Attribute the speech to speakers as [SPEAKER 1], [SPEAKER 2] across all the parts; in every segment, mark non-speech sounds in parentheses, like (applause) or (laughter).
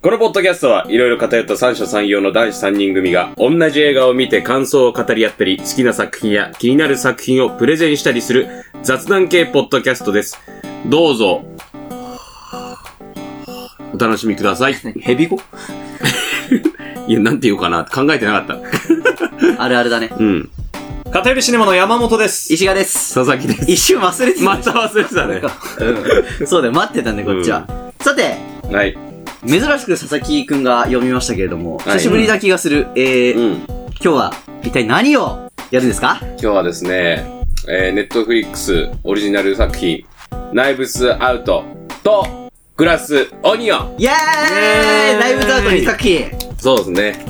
[SPEAKER 1] このポッドキャストはいろいろ偏った三者三様の男子三人組が同じ映画を見て感想を語り合ったり好きな作品や気になる作品をプレゼンしたりする雑談系ポッドキャストです。どうぞ、お楽しみください。
[SPEAKER 2] (laughs) ヘビ語
[SPEAKER 1] (laughs) いや、なんて言うかな考えてなかった。
[SPEAKER 2] あるあるだね。
[SPEAKER 1] うん。
[SPEAKER 3] 偏りシネマの山本です。
[SPEAKER 2] 石川です。
[SPEAKER 1] 佐々木です。
[SPEAKER 2] 一瞬忘れてた。
[SPEAKER 1] また忘れてたね。
[SPEAKER 2] うんそうだよ、待ってたんだよ、こっちは。さて、
[SPEAKER 1] はい。
[SPEAKER 2] 珍しく佐々木くんが読みましたけれども、
[SPEAKER 1] はい
[SPEAKER 2] 久しぶりな気がする。えー
[SPEAKER 1] うん。
[SPEAKER 2] 今日は一体何をやるんですか
[SPEAKER 1] 今日はですね、えー、ネットフリックスオリジナル作品、ナイブスアウトと、グラスオニオン
[SPEAKER 2] イェーイ
[SPEAKER 1] イ
[SPEAKER 2] ライブアウト2作品
[SPEAKER 1] そうですね。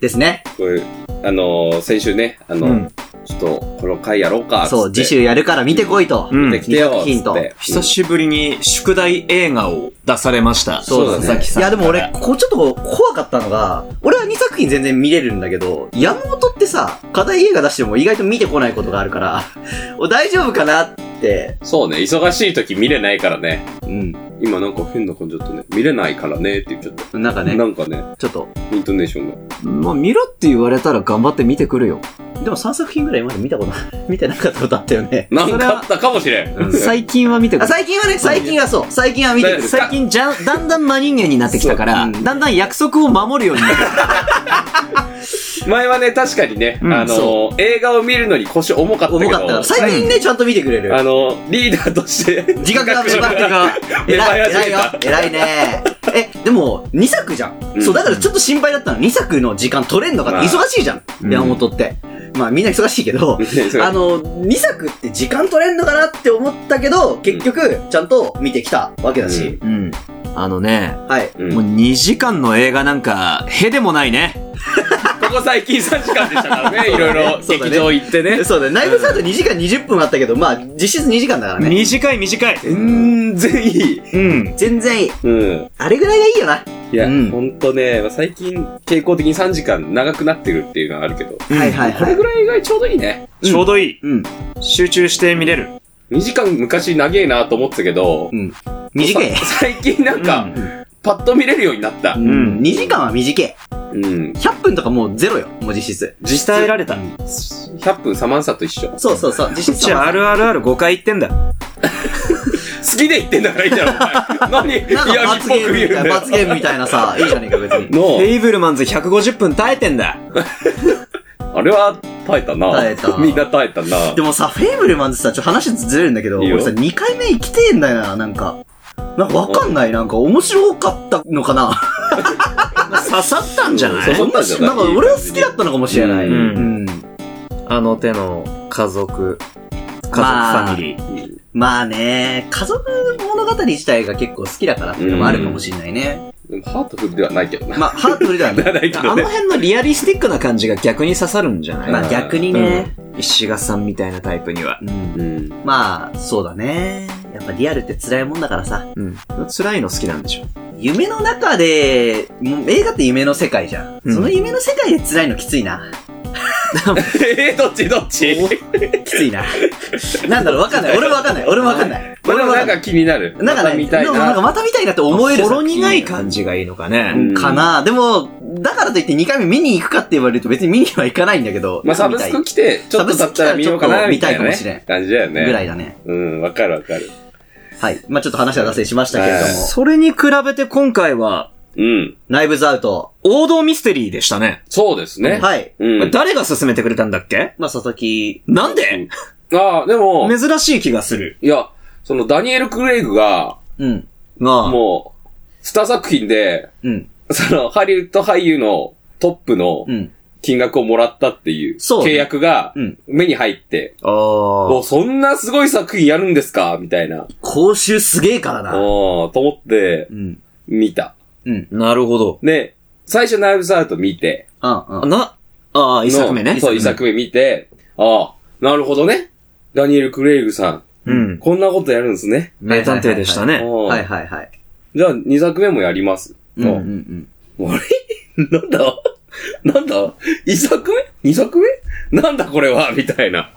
[SPEAKER 2] ですね。
[SPEAKER 1] これ、あのー、先週ね、あの、ちょっと、この回やろうか、
[SPEAKER 2] そう、次週やるから見てこいと。
[SPEAKER 3] うん
[SPEAKER 1] できてよ、
[SPEAKER 2] ヒント
[SPEAKER 1] つって
[SPEAKER 3] 久しぶりに宿題映画を出されました。
[SPEAKER 1] そうだね
[SPEAKER 3] 佐々木さん。
[SPEAKER 2] いや、でも俺、こうちょっと怖かったのが、俺は2作品全然見れるんだけど、山本ってさ、課題映画出しても意外と見てこないことがあるから、お大丈夫かなって。
[SPEAKER 1] そうね、忙しい時見れないからね。
[SPEAKER 2] うん。
[SPEAKER 1] 今なんか変な感じだったね。見れないからねって言っちゃった。
[SPEAKER 2] なんかね
[SPEAKER 1] な、んかね、
[SPEAKER 2] ちょっと。
[SPEAKER 1] イントネーションが。
[SPEAKER 3] まあ見ろって言われたら頑張って見てくるよ。
[SPEAKER 2] でも3作品ぐらいまで見たこと、 (laughs) 見てなかったことあったよね。
[SPEAKER 1] (laughs) なんかあったかもしれん。うん
[SPEAKER 3] 最近は見てく
[SPEAKER 2] あ
[SPEAKER 3] る。
[SPEAKER 2] 最近はね、最近はそう。最近は見てくる。
[SPEAKER 3] 最近じゃ、だんだん真人間になってきたから、
[SPEAKER 2] そううん
[SPEAKER 3] だんだん約束を守るようになる。
[SPEAKER 1] 前はね、確かにね、
[SPEAKER 3] うん
[SPEAKER 1] あのー、映画を見るのに腰重かったけど。
[SPEAKER 2] 重かったから。最近ね、ちゃんと見てくれる。
[SPEAKER 1] あの、リーダーとして。
[SPEAKER 2] 自覚が芽
[SPEAKER 1] 自
[SPEAKER 2] 生えて
[SPEAKER 1] 覚が
[SPEAKER 2] 偉
[SPEAKER 1] 芽生え
[SPEAKER 2] い、偉
[SPEAKER 1] 始め
[SPEAKER 2] いよ
[SPEAKER 1] た。。
[SPEAKER 2] 偉いね。え、でも、2作じゃん。
[SPEAKER 1] うん
[SPEAKER 2] そう、だからちょっと心配だったの。2作の時間取れんのかって
[SPEAKER 1] ま
[SPEAKER 2] 忙
[SPEAKER 1] あ
[SPEAKER 2] しいじゃん。
[SPEAKER 3] うん
[SPEAKER 2] 山本って。まあみんな忙しいけど、あの、2作って時間取れんのかなって思ったけど、結局、ちゃんと見てきたわけだし。
[SPEAKER 3] うん。あのね、
[SPEAKER 2] はい。
[SPEAKER 1] うん
[SPEAKER 3] もう2時間の映画なんか、へでもないね。
[SPEAKER 1] ここ最近3時間でしたから
[SPEAKER 2] (laughs)
[SPEAKER 1] ね、いろいろ
[SPEAKER 2] そうだね
[SPEAKER 1] 劇場行ってね。
[SPEAKER 2] (laughs) そうだね。内部サート2時間20分あったけど、まあ実質2時間だからね。
[SPEAKER 3] 短い短い。
[SPEAKER 1] 全然いい。
[SPEAKER 3] うん。
[SPEAKER 2] 全然いい。
[SPEAKER 1] うん。
[SPEAKER 2] あれぐらいがいいよな。
[SPEAKER 1] いや、
[SPEAKER 3] うん
[SPEAKER 1] ほんとね、まあ最近傾向的に3時間長くなってるっていうのはあるけど、
[SPEAKER 2] はいはい
[SPEAKER 1] こ
[SPEAKER 2] は
[SPEAKER 1] れ
[SPEAKER 2] い
[SPEAKER 1] ぐ。らいがちょうどいいね。
[SPEAKER 3] ちょうどいい。
[SPEAKER 2] うん。
[SPEAKER 3] 集中して見れる。
[SPEAKER 1] 2時間昔長えなと思ってたけど、
[SPEAKER 2] うん。短い
[SPEAKER 1] さ。 (laughs) 最近なんか、パッと見れるようになった
[SPEAKER 2] う。ん。2時間は短い。
[SPEAKER 1] うん。
[SPEAKER 2] 100分とかもうゼロよ。もう実質。
[SPEAKER 1] 実
[SPEAKER 3] 伝えられた。
[SPEAKER 1] 100分サマンサと一緒。好
[SPEAKER 2] そうそうそう。実質
[SPEAKER 3] じゃあ、あるあるある5回言ってんだ。
[SPEAKER 1] きで言ってんだからいいだろ、
[SPEAKER 2] (laughs)
[SPEAKER 1] お前。何
[SPEAKER 2] なんか
[SPEAKER 1] 嫌味っ
[SPEAKER 2] 罰
[SPEAKER 1] ぽ
[SPEAKER 2] ゲー
[SPEAKER 1] く
[SPEAKER 2] ム
[SPEAKER 1] 言う
[SPEAKER 2] み
[SPEAKER 1] んだ
[SPEAKER 2] たいな、
[SPEAKER 1] よ。
[SPEAKER 2] 罰ゲームみたい
[SPEAKER 1] (laughs)
[SPEAKER 2] なさ、いいじゃねえか別に。
[SPEAKER 1] の
[SPEAKER 3] エイブルマンズ150分耐えてんだ。
[SPEAKER 1] あれは耐えたな。
[SPEAKER 2] 耐えた
[SPEAKER 1] みんな耐えたな。
[SPEAKER 2] でもさ、フェイブルマンズさ、ちょっと話ずれるんだけど、
[SPEAKER 1] いいよ
[SPEAKER 2] 俺さ、2回目生きてえんだよな、なんか。なんかわかんない、なんか面白かったの
[SPEAKER 1] (laughs)
[SPEAKER 2] かな。
[SPEAKER 3] 刺さったんじゃな
[SPEAKER 1] そう
[SPEAKER 3] い
[SPEAKER 1] そうったんじゃない
[SPEAKER 2] なんか俺は好きだったのかもしれない。
[SPEAKER 1] うん
[SPEAKER 2] うん。
[SPEAKER 3] あの手の家族、家族ファミリー。
[SPEAKER 2] まあね、家族物語自体が結構好きだからっていうのもあるかもしれないね。
[SPEAKER 1] でもハートフルではないけどな。
[SPEAKER 2] まあ、ハートフルだよ
[SPEAKER 1] では
[SPEAKER 2] ね。
[SPEAKER 1] ないけ
[SPEAKER 3] あ
[SPEAKER 1] ど
[SPEAKER 3] の
[SPEAKER 1] ね。
[SPEAKER 3] 辺のリアリスティックな感じが逆に刺さるんじゃない、
[SPEAKER 2] まあ逆にね。
[SPEAKER 3] 石賀さんみたいなタイプには。
[SPEAKER 2] うん
[SPEAKER 1] うん。
[SPEAKER 2] まあ、そうだね。やっぱリアルって辛いもんだからさ、
[SPEAKER 3] うん。辛いの好きなんでしょ。
[SPEAKER 2] 夢の中で、もう映画って夢の世界じゃん。
[SPEAKER 3] うん
[SPEAKER 2] その夢の世界で辛いのきついな。
[SPEAKER 1] (laughs) えー、どっちどっち
[SPEAKER 2] きついな。 (laughs) なんだろう、わかんない。俺もわかんない。俺もわかんない。
[SPEAKER 1] まあ
[SPEAKER 2] 俺
[SPEAKER 1] で
[SPEAKER 2] も
[SPEAKER 1] もな
[SPEAKER 2] わか
[SPEAKER 1] ん
[SPEAKER 2] んない。
[SPEAKER 1] か気になる。
[SPEAKER 2] なんか
[SPEAKER 1] また
[SPEAKER 2] ね、
[SPEAKER 1] 見たい
[SPEAKER 2] でもなんか
[SPEAKER 1] な。
[SPEAKER 2] また見たいなって思える
[SPEAKER 3] ほろ
[SPEAKER 2] 作品
[SPEAKER 3] 苦い感じがいいのかね。
[SPEAKER 1] うん
[SPEAKER 2] かなでも、だからといって2回目見に行くかって言われると別に見には行かないんだけど、
[SPEAKER 1] まあサブ
[SPEAKER 2] 見た
[SPEAKER 1] ス
[SPEAKER 2] い
[SPEAKER 1] ク来て、ちょっと経ったら見ようかな、みたいな
[SPEAKER 2] サブスク来たら
[SPEAKER 1] ね。感じだよね。
[SPEAKER 2] ぐらいだね。
[SPEAKER 1] うん、わかるわかる。
[SPEAKER 2] はい。まあちょっと話は脱線しましたけれども、
[SPEAKER 3] それに比べて今回は、
[SPEAKER 1] うん。
[SPEAKER 2] ライブズアウト。
[SPEAKER 3] 王道ミステリーでしたね。
[SPEAKER 1] そうですね。
[SPEAKER 2] はい。
[SPEAKER 1] うん。
[SPEAKER 3] 誰が勧めてくれたんだっけ
[SPEAKER 2] まあ佐々木、
[SPEAKER 3] なんで
[SPEAKER 1] ああ、でも、
[SPEAKER 3] 珍しい気がする。
[SPEAKER 1] いや、そのダニエル・クレイグが、
[SPEAKER 2] うん、
[SPEAKER 3] まあ。
[SPEAKER 1] もう、2作品で、
[SPEAKER 2] うん、
[SPEAKER 1] その、ハリウッド俳優のトップの
[SPEAKER 2] うん、
[SPEAKER 1] 金額をもらったっていう、
[SPEAKER 2] そうね
[SPEAKER 1] 契約が
[SPEAKER 2] うん、
[SPEAKER 1] 目に入って、
[SPEAKER 3] あ
[SPEAKER 1] お、そんなすごい作品やるんですかみたいな。
[SPEAKER 2] 講習すげえからな。
[SPEAKER 1] おーと思って
[SPEAKER 2] う、ん、
[SPEAKER 1] 見た。
[SPEAKER 2] うん、
[SPEAKER 3] あ。なるほど。
[SPEAKER 1] で、最初ナイブズアウト見て、
[SPEAKER 2] うん、うん。
[SPEAKER 3] な、ああ、一作目ね。
[SPEAKER 1] のそう、一作目見て、ああ、なるほどね。ダニエル・クレイグさ
[SPEAKER 3] 目。うん
[SPEAKER 1] ん、。こんなことやるんですね。
[SPEAKER 3] 名探偵でした
[SPEAKER 1] あ
[SPEAKER 3] ね。
[SPEAKER 1] ー
[SPEAKER 2] はいはいはい。
[SPEAKER 1] じゃあ、二作目もやります。
[SPEAKER 2] うん、うん、う
[SPEAKER 1] あ
[SPEAKER 2] ん。
[SPEAKER 1] あれなんだなんだ一作目二作目なんだこれはみたいな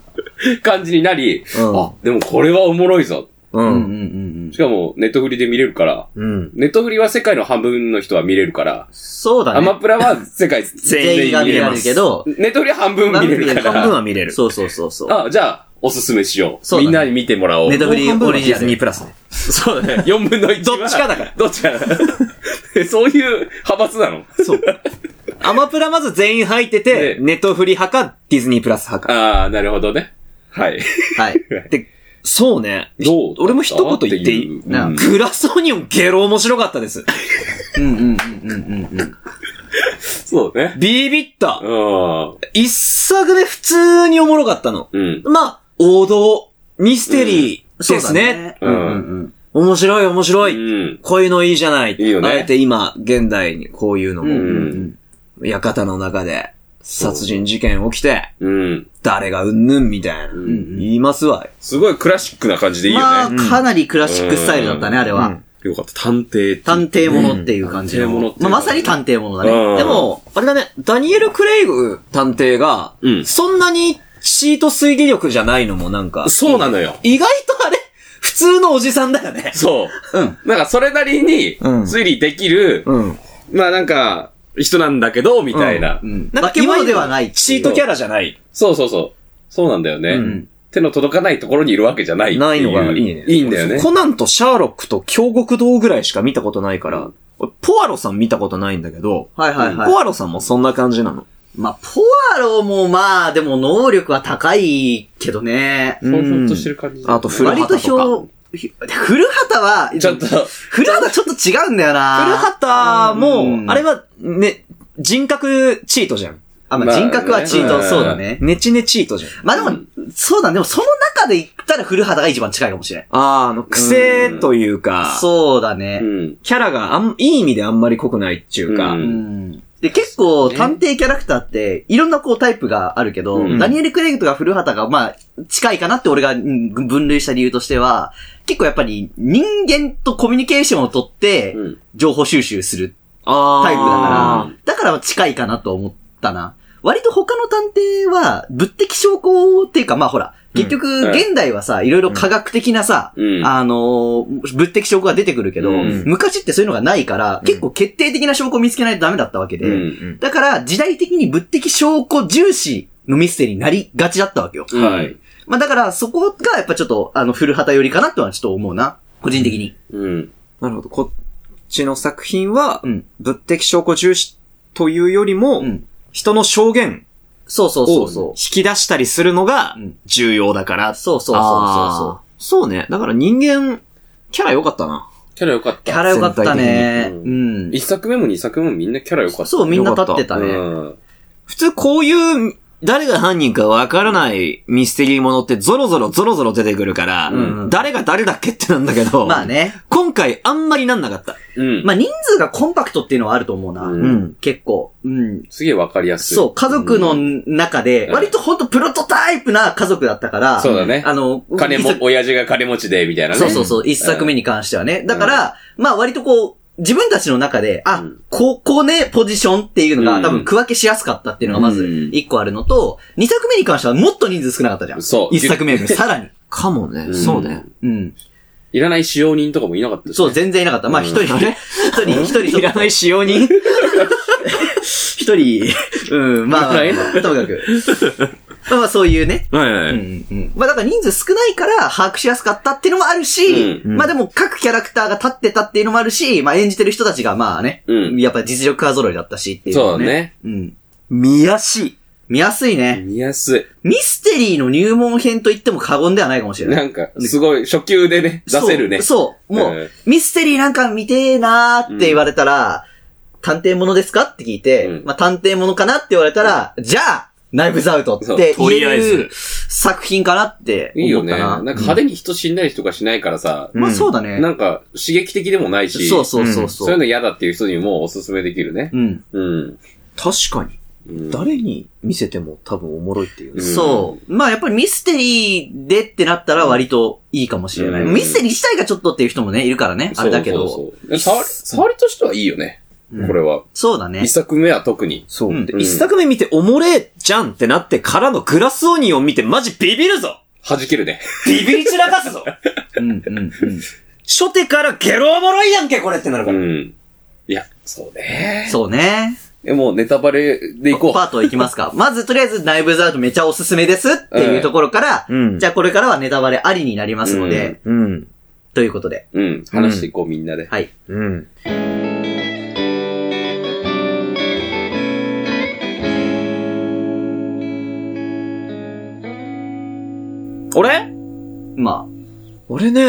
[SPEAKER 1] 感じになり、
[SPEAKER 3] うん
[SPEAKER 1] あ、でもこれはおもろいぞ。
[SPEAKER 3] う。
[SPEAKER 2] うん、うん、うんん、うん。
[SPEAKER 3] うん
[SPEAKER 1] し。かも、ネットフリで見れるから、
[SPEAKER 3] うん。
[SPEAKER 1] ネットフリは世界の半分の人は見れるから、
[SPEAKER 2] そうだ
[SPEAKER 1] アマ
[SPEAKER 2] ね。
[SPEAKER 1] プラは世界全
[SPEAKER 2] 全員
[SPEAKER 1] 員
[SPEAKER 2] が見
[SPEAKER 1] 見れ
[SPEAKER 2] ら
[SPEAKER 1] ま
[SPEAKER 2] れる
[SPEAKER 1] す。
[SPEAKER 2] けど、
[SPEAKER 1] ネットフリは半分見れるか
[SPEAKER 3] 半分
[SPEAKER 1] ら、
[SPEAKER 3] は見れる。
[SPEAKER 2] そうそうそうそう。
[SPEAKER 1] あ、じゃあ、おすすめしよう。
[SPEAKER 2] そうだね
[SPEAKER 1] みんなに見てもらおう
[SPEAKER 2] ネッ。トフリ
[SPEAKER 3] もう半分
[SPEAKER 2] オ
[SPEAKER 3] は
[SPEAKER 2] リジ
[SPEAKER 3] ディ
[SPEAKER 2] ナ
[SPEAKER 3] ズ
[SPEAKER 2] ル
[SPEAKER 3] ニープラスね。
[SPEAKER 1] そうだね。4分の1は。
[SPEAKER 2] どっちかだから。
[SPEAKER 1] どっちかだ (laughs) そういう派閥なの
[SPEAKER 3] そう。アマプラまず全員入ってて、
[SPEAKER 1] で
[SPEAKER 3] ネットフリ派か、ディズニープラス派か。
[SPEAKER 1] ああ、なるほどね。はい。
[SPEAKER 2] はい。
[SPEAKER 3] そうね。
[SPEAKER 1] どう
[SPEAKER 3] 俺も一言言っていい
[SPEAKER 1] っう
[SPEAKER 2] なあ
[SPEAKER 1] うん
[SPEAKER 3] グラスオニオンゲロ面白かったです。
[SPEAKER 2] うんうんうんうんうんうん。
[SPEAKER 1] そうね。
[SPEAKER 3] ビビった
[SPEAKER 1] う。ん。
[SPEAKER 3] 一作目普通におもろかったの。
[SPEAKER 1] うん。
[SPEAKER 3] まあ、王道、ミステリーですね。
[SPEAKER 2] そうだうんうんうん。
[SPEAKER 3] 面白い面白
[SPEAKER 1] う
[SPEAKER 3] い。
[SPEAKER 1] ん。
[SPEAKER 3] こういうのいいじゃない。
[SPEAKER 1] いいよね
[SPEAKER 3] あえて今、現代にこういうの
[SPEAKER 2] うん
[SPEAKER 3] も、
[SPEAKER 2] うんうん。
[SPEAKER 3] 館の中で、殺人事件起きて、
[SPEAKER 1] うん。
[SPEAKER 3] 誰がうんぬんみたいな。
[SPEAKER 1] うん
[SPEAKER 3] 言いますわ。
[SPEAKER 1] すごいクラシックな感じでいいよね。
[SPEAKER 2] まあ、
[SPEAKER 3] うん
[SPEAKER 2] かなりクラシックスタイルだったね、あれ
[SPEAKER 3] う
[SPEAKER 2] は
[SPEAKER 3] ん。
[SPEAKER 1] よかった。探偵。
[SPEAKER 2] 探偵ものっていう感じの。
[SPEAKER 1] 探偵ものっていう
[SPEAKER 2] まあ、まさに探偵ものだ
[SPEAKER 1] うん
[SPEAKER 2] ね。
[SPEAKER 3] でも、あれだね、ダニエル・クレイグ探偵が、
[SPEAKER 1] うん
[SPEAKER 3] そんなにチート推理力じゃないのもなんか、
[SPEAKER 1] そうなのよ。
[SPEAKER 3] 意外とあれ、普通のおじさんだよね。
[SPEAKER 1] そう。
[SPEAKER 2] うん。
[SPEAKER 1] なんか、それなりに、
[SPEAKER 3] うん
[SPEAKER 1] 推理できる、
[SPEAKER 3] うん。
[SPEAKER 1] まあなんか、人なんだけど、みたいな。
[SPEAKER 2] うん。
[SPEAKER 3] なんか
[SPEAKER 2] 化け物ではない。
[SPEAKER 3] チートキャラじゃない。
[SPEAKER 1] そうそうそう。そうなんだよね。
[SPEAKER 3] うん
[SPEAKER 1] 手の届かないところにいるわけじゃないっていう。
[SPEAKER 3] ないのがいいね。
[SPEAKER 1] いいんだよね。
[SPEAKER 3] コナンとシャーロックと京極堂ぐらいしか見たことないから、俺ポアロさん見たことないんだけど、
[SPEAKER 2] はいはいはい。
[SPEAKER 3] ポアロさんもそんな感じなの。
[SPEAKER 2] まあ、ポアロもまあ、でも能力は高いけどね。
[SPEAKER 1] そうそうとしてる感じ。
[SPEAKER 3] あと古畑
[SPEAKER 2] 割と
[SPEAKER 3] とか。
[SPEAKER 2] 表、ひ古畑は、
[SPEAKER 1] ちょっと、
[SPEAKER 2] 古畑ちょっと違うんだよな。
[SPEAKER 3] 古畑
[SPEAKER 2] う
[SPEAKER 3] も、
[SPEAKER 2] ん
[SPEAKER 3] あれは、ね、人格チートじゃん。
[SPEAKER 2] あ、ま
[SPEAKER 1] まあ
[SPEAKER 2] あ人格はチート、
[SPEAKER 1] ね
[SPEAKER 2] そうだね。
[SPEAKER 3] ネチネチートじゃん。
[SPEAKER 2] まあでも、そうだね。でもその中で言ったら古畑が一番近いかもしれない。
[SPEAKER 3] あー、あの、癖というか、
[SPEAKER 2] そうだ
[SPEAKER 1] う
[SPEAKER 2] ね。
[SPEAKER 1] ん。
[SPEAKER 3] キャラがあん、いい意味であんまり濃くないっていうか、
[SPEAKER 1] う
[SPEAKER 2] うんん。で、結構、探偵キャラクターって、いろんなこうタイプがあるけど、
[SPEAKER 1] うん
[SPEAKER 2] ダニエル・クレイグとか古畑が、まあ、近いかなって俺がうん分類した理由としては、結構やっぱり人間とコミュニケーションをとって、
[SPEAKER 1] うん。
[SPEAKER 2] 情報収集する
[SPEAKER 3] あー
[SPEAKER 2] タイプだ
[SPEAKER 1] あ
[SPEAKER 2] から、だから近いかなと思ったな。割と他の探偵は、物的証拠っていうか、まあほら、結
[SPEAKER 1] うん
[SPEAKER 2] 局、現代はさ、いろいろ科学的なさ、
[SPEAKER 1] うん。
[SPEAKER 2] あのー、物的証拠が出てくるけど、
[SPEAKER 1] うん
[SPEAKER 2] 昔ってそういうのがないから、結構決定的な証拠を見つけないとダメだったわけで、
[SPEAKER 1] うん。
[SPEAKER 2] だから時代的に物的証拠重視のミステリーになりがちだったわけよ。
[SPEAKER 1] うんはい。
[SPEAKER 2] まあだからそこがやっぱちょっと、あの、古畑寄りかなとはちょっと思うな。個人的に。
[SPEAKER 1] うん。
[SPEAKER 3] なるほど。こっちの作品は、
[SPEAKER 2] うん
[SPEAKER 3] 物的証拠重視というよりも、
[SPEAKER 2] うん
[SPEAKER 3] 人の証言
[SPEAKER 2] そうそうそ
[SPEAKER 3] を
[SPEAKER 2] うそ
[SPEAKER 3] 引き出したりするのが
[SPEAKER 2] うん
[SPEAKER 3] 重要だから。
[SPEAKER 2] う。そうそうそうそうそう。
[SPEAKER 3] あーそうね。だから人間、キャラ良かったな。
[SPEAKER 1] キャラ良かっ
[SPEAKER 2] キ
[SPEAKER 1] た。
[SPEAKER 2] ャラ良かった
[SPEAKER 1] 全体的
[SPEAKER 2] ね。う
[SPEAKER 1] に
[SPEAKER 2] ん。
[SPEAKER 1] 一作目も二作目もみんなキャラ良かった。
[SPEAKER 2] そう、みんな立ってたね。
[SPEAKER 1] うん
[SPEAKER 3] 普通こういう、誰が犯人かわからないミステリーものってゾロゾロゾロゾロ出てくるから、
[SPEAKER 1] うん
[SPEAKER 3] 誰が誰だっけってなんだけど、
[SPEAKER 2] まあね。
[SPEAKER 3] 今回あんまりなんなかった。
[SPEAKER 1] うん。
[SPEAKER 2] まあ人数がコンパクトっていうのはあると思うな。
[SPEAKER 1] うん
[SPEAKER 2] 結構。うん。
[SPEAKER 1] すげえわかりやすい。
[SPEAKER 2] そう、家族の
[SPEAKER 1] ん
[SPEAKER 2] 中で、
[SPEAKER 1] うん
[SPEAKER 2] 割とほんとプロトタイプな家族だったから、
[SPEAKER 1] そうだね
[SPEAKER 2] あの、
[SPEAKER 1] 金も
[SPEAKER 2] 一、作
[SPEAKER 1] 親父が金持ちで、みたいなね。
[SPEAKER 2] そうそうそう、一作目に関してはね。だから、まあ割とこう、自分たちの中で、あ、
[SPEAKER 1] うん
[SPEAKER 2] ここね、ポジションっていうの
[SPEAKER 1] う
[SPEAKER 2] が
[SPEAKER 1] ん
[SPEAKER 2] 多分区分けしやすかったっていうのがまず
[SPEAKER 1] うん
[SPEAKER 2] 一個あるのと、二作目に関してはもっと人数少なかったじゃん。
[SPEAKER 1] そう。
[SPEAKER 2] 一作目よりもさらに。
[SPEAKER 3] かもね。
[SPEAKER 1] うん
[SPEAKER 3] そうね。
[SPEAKER 2] うん。
[SPEAKER 1] いらない使用人とかもいなかったしね
[SPEAKER 2] そう、全然いなかった。まあ、
[SPEAKER 1] うん
[SPEAKER 2] 一人、一人、一人、
[SPEAKER 3] いらない仕様に。
[SPEAKER 2] (laughs) 一人、うん、まあ、
[SPEAKER 1] いら
[SPEAKER 2] ともかく。まあまあ、そういうね。
[SPEAKER 1] はいはい
[SPEAKER 2] うん
[SPEAKER 1] はい。
[SPEAKER 2] うんうん。まあ、だから人数少ないから把握しやすかったっていうのもあるし、
[SPEAKER 3] うん
[SPEAKER 2] まあでも各キャラクターが立ってたっていうのもあるし、まあ演じてる人たちがまあね、
[SPEAKER 1] うん
[SPEAKER 2] やっぱ実力派揃いだったしっていうの
[SPEAKER 1] そう
[SPEAKER 2] も
[SPEAKER 1] だ。ね。
[SPEAKER 2] うん。
[SPEAKER 3] 見やしい。
[SPEAKER 2] 見やすいね。
[SPEAKER 1] 見やすい。
[SPEAKER 2] ミステリーの入門編と言っても過言ではないかもしれない。
[SPEAKER 1] なんか、すごい、初級でね、出せるね。
[SPEAKER 2] そう。そうもう、
[SPEAKER 1] え
[SPEAKER 2] ミステリーなんか見てえなーって言われたら、探偵物ですかって聞いて、
[SPEAKER 1] うん
[SPEAKER 2] まあ探偵物かなって言われたら、じゃあ、ナイブズアウト
[SPEAKER 1] そう
[SPEAKER 2] って
[SPEAKER 3] とりあ
[SPEAKER 2] 言え
[SPEAKER 3] えず
[SPEAKER 2] る作品かなって
[SPEAKER 1] いいよ
[SPEAKER 2] 思っ
[SPEAKER 1] ね。
[SPEAKER 2] た
[SPEAKER 1] な
[SPEAKER 2] な。
[SPEAKER 1] んか派手に人死んだりとかしないからさ、
[SPEAKER 2] ま
[SPEAKER 3] う
[SPEAKER 2] あ
[SPEAKER 3] ん
[SPEAKER 2] そうだね。
[SPEAKER 1] なんか刺激的でもないし、
[SPEAKER 2] そうそうそう
[SPEAKER 1] そうい
[SPEAKER 2] そうう。
[SPEAKER 1] の嫌だっていう人にもおすすめできるね。
[SPEAKER 2] うん。
[SPEAKER 1] うん。
[SPEAKER 3] 確かに。
[SPEAKER 1] うん
[SPEAKER 3] 誰に見せても多分おもろいっていうう。
[SPEAKER 1] ん
[SPEAKER 2] そう。まあやっぱりミステリーでってなったら割といいかもしれない。
[SPEAKER 1] うん
[SPEAKER 2] ミステリー自体がちょっとっていう人もね、いるからね。あれだけど。そう
[SPEAKER 1] そうそうそう。触り、触りとしてはいいよね。
[SPEAKER 3] うん
[SPEAKER 1] これは。
[SPEAKER 2] だね
[SPEAKER 1] 一。作目は特に。
[SPEAKER 3] そうう。
[SPEAKER 2] ん
[SPEAKER 3] で
[SPEAKER 1] うん
[SPEAKER 3] 一作目見ておもれえじゃんってなってからのグラスオニオン見てマジビビるぞ
[SPEAKER 1] 弾けるね。
[SPEAKER 3] ビビり散らかすぞ
[SPEAKER 2] うんうんうん。
[SPEAKER 3] 初手からゲロおもろいやんけ、これってなる
[SPEAKER 1] う
[SPEAKER 3] から。
[SPEAKER 1] ん。いや、そうね。
[SPEAKER 2] そうね。
[SPEAKER 1] えもうネタバレでいこ
[SPEAKER 2] パートいきますか。まず、とりあえず、ナイブズアウトめちゃおすすめですっていうところから、
[SPEAKER 3] うん
[SPEAKER 2] じゃあこれからはネタバレありになりますので、
[SPEAKER 1] うん
[SPEAKER 3] うん。
[SPEAKER 2] ということで。
[SPEAKER 1] う。うん。話していこう、みんなで。
[SPEAKER 2] はい。
[SPEAKER 3] うん。俺
[SPEAKER 2] ま
[SPEAKER 3] 俺ね、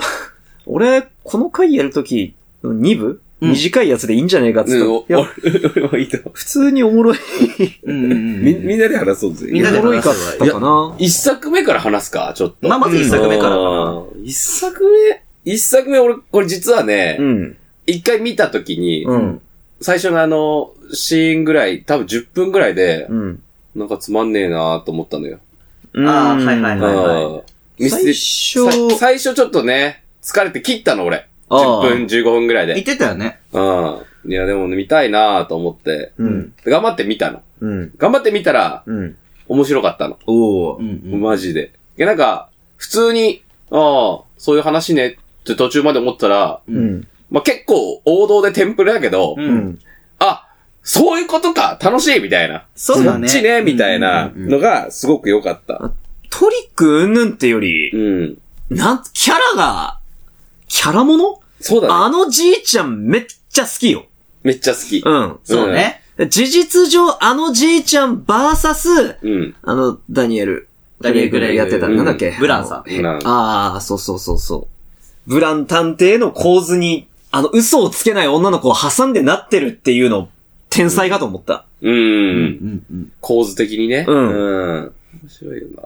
[SPEAKER 3] (laughs) 俺、この回やるとき、2部、
[SPEAKER 2] うん
[SPEAKER 3] 短いやつでいいんじゃねえかっつ
[SPEAKER 1] う
[SPEAKER 3] っ
[SPEAKER 1] ん、
[SPEAKER 3] た
[SPEAKER 1] お
[SPEAKER 3] いや、
[SPEAKER 1] 俺はいいと思う。
[SPEAKER 3] 普通におもろい。
[SPEAKER 2] あ、うんうんうん
[SPEAKER 1] み、みんなで話そうぜ。
[SPEAKER 2] みんなで
[SPEAKER 3] おもろい
[SPEAKER 2] 話
[SPEAKER 3] かっ
[SPEAKER 2] す
[SPEAKER 3] たかな。
[SPEAKER 1] 一作目から話すか、ちょっと。
[SPEAKER 2] まあ、まず一作目からかな。
[SPEAKER 1] うん一作目一作目、俺、これ実はね
[SPEAKER 3] う、ん。
[SPEAKER 1] 一、回見たときに、
[SPEAKER 3] うん。
[SPEAKER 1] 最初のあの、シーンぐらい、多分10分ぐらいで、
[SPEAKER 3] うん。
[SPEAKER 1] なんかつまんねえなーと思ったのよ。
[SPEAKER 2] あーはいはいはい
[SPEAKER 1] うんミス
[SPEAKER 3] 最
[SPEAKER 1] テ
[SPEAKER 3] 初
[SPEAKER 1] さ、最初ちょっとね、疲れて切ったの俺。
[SPEAKER 3] あ
[SPEAKER 1] 10
[SPEAKER 3] ー
[SPEAKER 1] 分、15分ぐらい
[SPEAKER 2] 言っ
[SPEAKER 1] で。
[SPEAKER 2] てたよね。
[SPEAKER 1] うん。いや、でもね見たいなーと思って、
[SPEAKER 3] うん。
[SPEAKER 1] 頑張って見たの。
[SPEAKER 3] うん。
[SPEAKER 1] 頑張って見たら、
[SPEAKER 3] うん。
[SPEAKER 1] 面白かったの。
[SPEAKER 3] お
[SPEAKER 2] う
[SPEAKER 3] ー
[SPEAKER 2] んうん。
[SPEAKER 1] マジで。いや、なんか、普通に、ああ、そういう話ねって途中まで思ったら、
[SPEAKER 2] う
[SPEAKER 3] うんん。
[SPEAKER 1] まあ、結構王道でテンプレだけど、
[SPEAKER 2] う。
[SPEAKER 3] うんん。
[SPEAKER 1] あ、そういうことか楽しいみたいな。
[SPEAKER 2] そうだね。
[SPEAKER 1] っちねみたいな
[SPEAKER 2] うんうんうん
[SPEAKER 1] のがすごく良かった。
[SPEAKER 3] トリックうんぬんってより
[SPEAKER 1] う、ん。
[SPEAKER 3] なん、キャラが、キャラもの
[SPEAKER 1] そうだね。
[SPEAKER 3] あのじいちゃんめっちゃ好きよ。
[SPEAKER 1] めっちゃ好き。
[SPEAKER 3] うん。
[SPEAKER 2] そうね。
[SPEAKER 3] 事実上、あのじいちゃんバーサス、
[SPEAKER 1] うん。
[SPEAKER 3] あの、ダニエル。
[SPEAKER 2] ダニエルグレイ
[SPEAKER 3] やってた。
[SPEAKER 1] うん
[SPEAKER 3] なんだっけ
[SPEAKER 2] ブランさん
[SPEAKER 3] あのへ
[SPEAKER 1] うん
[SPEAKER 3] ああ、そうそうそうそう。ブラン探偵の構図に、あの、嘘をつけない女の子を挟んでなってるっていうの、天才かと思った。
[SPEAKER 1] うん。
[SPEAKER 2] うんうん
[SPEAKER 1] 構図的にね。
[SPEAKER 3] うん
[SPEAKER 1] うん面白いよな。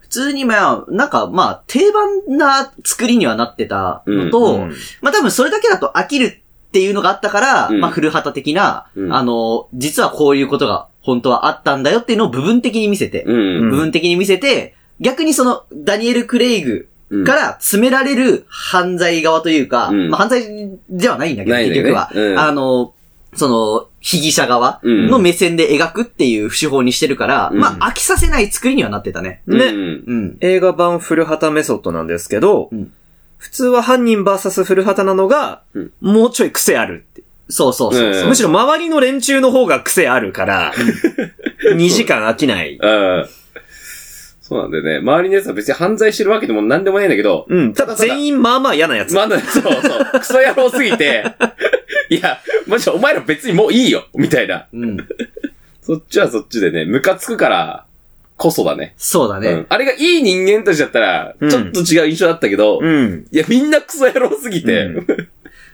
[SPEAKER 2] 普通にまあ、なんかまあ、定番な作りにはなってたのと、
[SPEAKER 3] うん
[SPEAKER 2] まあ多分それだけだと飽きるっていうのがあったから、
[SPEAKER 1] うん
[SPEAKER 2] まあ古畑的な、
[SPEAKER 1] うん
[SPEAKER 2] あの、実はこういうことが本当はあったんだよっていうのを部分的に見せて、
[SPEAKER 1] うん
[SPEAKER 3] ん
[SPEAKER 2] 部分的に見せて、逆にその、ダニエル・クレイグ
[SPEAKER 1] うん。
[SPEAKER 2] から詰められる犯罪側というか、
[SPEAKER 1] うん
[SPEAKER 2] まあ犯罪ではないんだけど、
[SPEAKER 1] ないんだ
[SPEAKER 2] 結
[SPEAKER 1] よね
[SPEAKER 2] 局は、
[SPEAKER 1] うん
[SPEAKER 2] あの、その、被疑者側の目線で描くっていう手法にしてるから、
[SPEAKER 1] うん
[SPEAKER 2] まあ飽きさせない作りにはなってたね。
[SPEAKER 3] ね
[SPEAKER 1] うん
[SPEAKER 2] うん。
[SPEAKER 3] 映画版古畑メソッドなんですけど、
[SPEAKER 2] うん
[SPEAKER 3] 普通は犯人 VS 古畑なのが、
[SPEAKER 1] うん
[SPEAKER 3] もうちょい癖あるって。
[SPEAKER 2] そうそうそうそう。
[SPEAKER 1] うん
[SPEAKER 3] むしろ周りの連中の方が癖あるから、2時間飽きない。
[SPEAKER 1] うん。そうなんだよね。周りのやつは別に犯罪してるわけでも何でもないんだけど、
[SPEAKER 3] うん。ただ全員まあまあ嫌なやつ。
[SPEAKER 1] まだ、そうそう、クソ野郎すぎて、いや、マジお前ら別にもういいよみたいな。
[SPEAKER 2] うん。
[SPEAKER 1] そっちはそっちでね、ムカつくから、こそだね。
[SPEAKER 2] そうだね。
[SPEAKER 1] うん。あれがいい人間たちだったら、
[SPEAKER 3] うん
[SPEAKER 1] ちょっと違う印象だったけど、
[SPEAKER 3] うん。
[SPEAKER 1] いや、みんなクソ野郎すぎて、
[SPEAKER 3] うん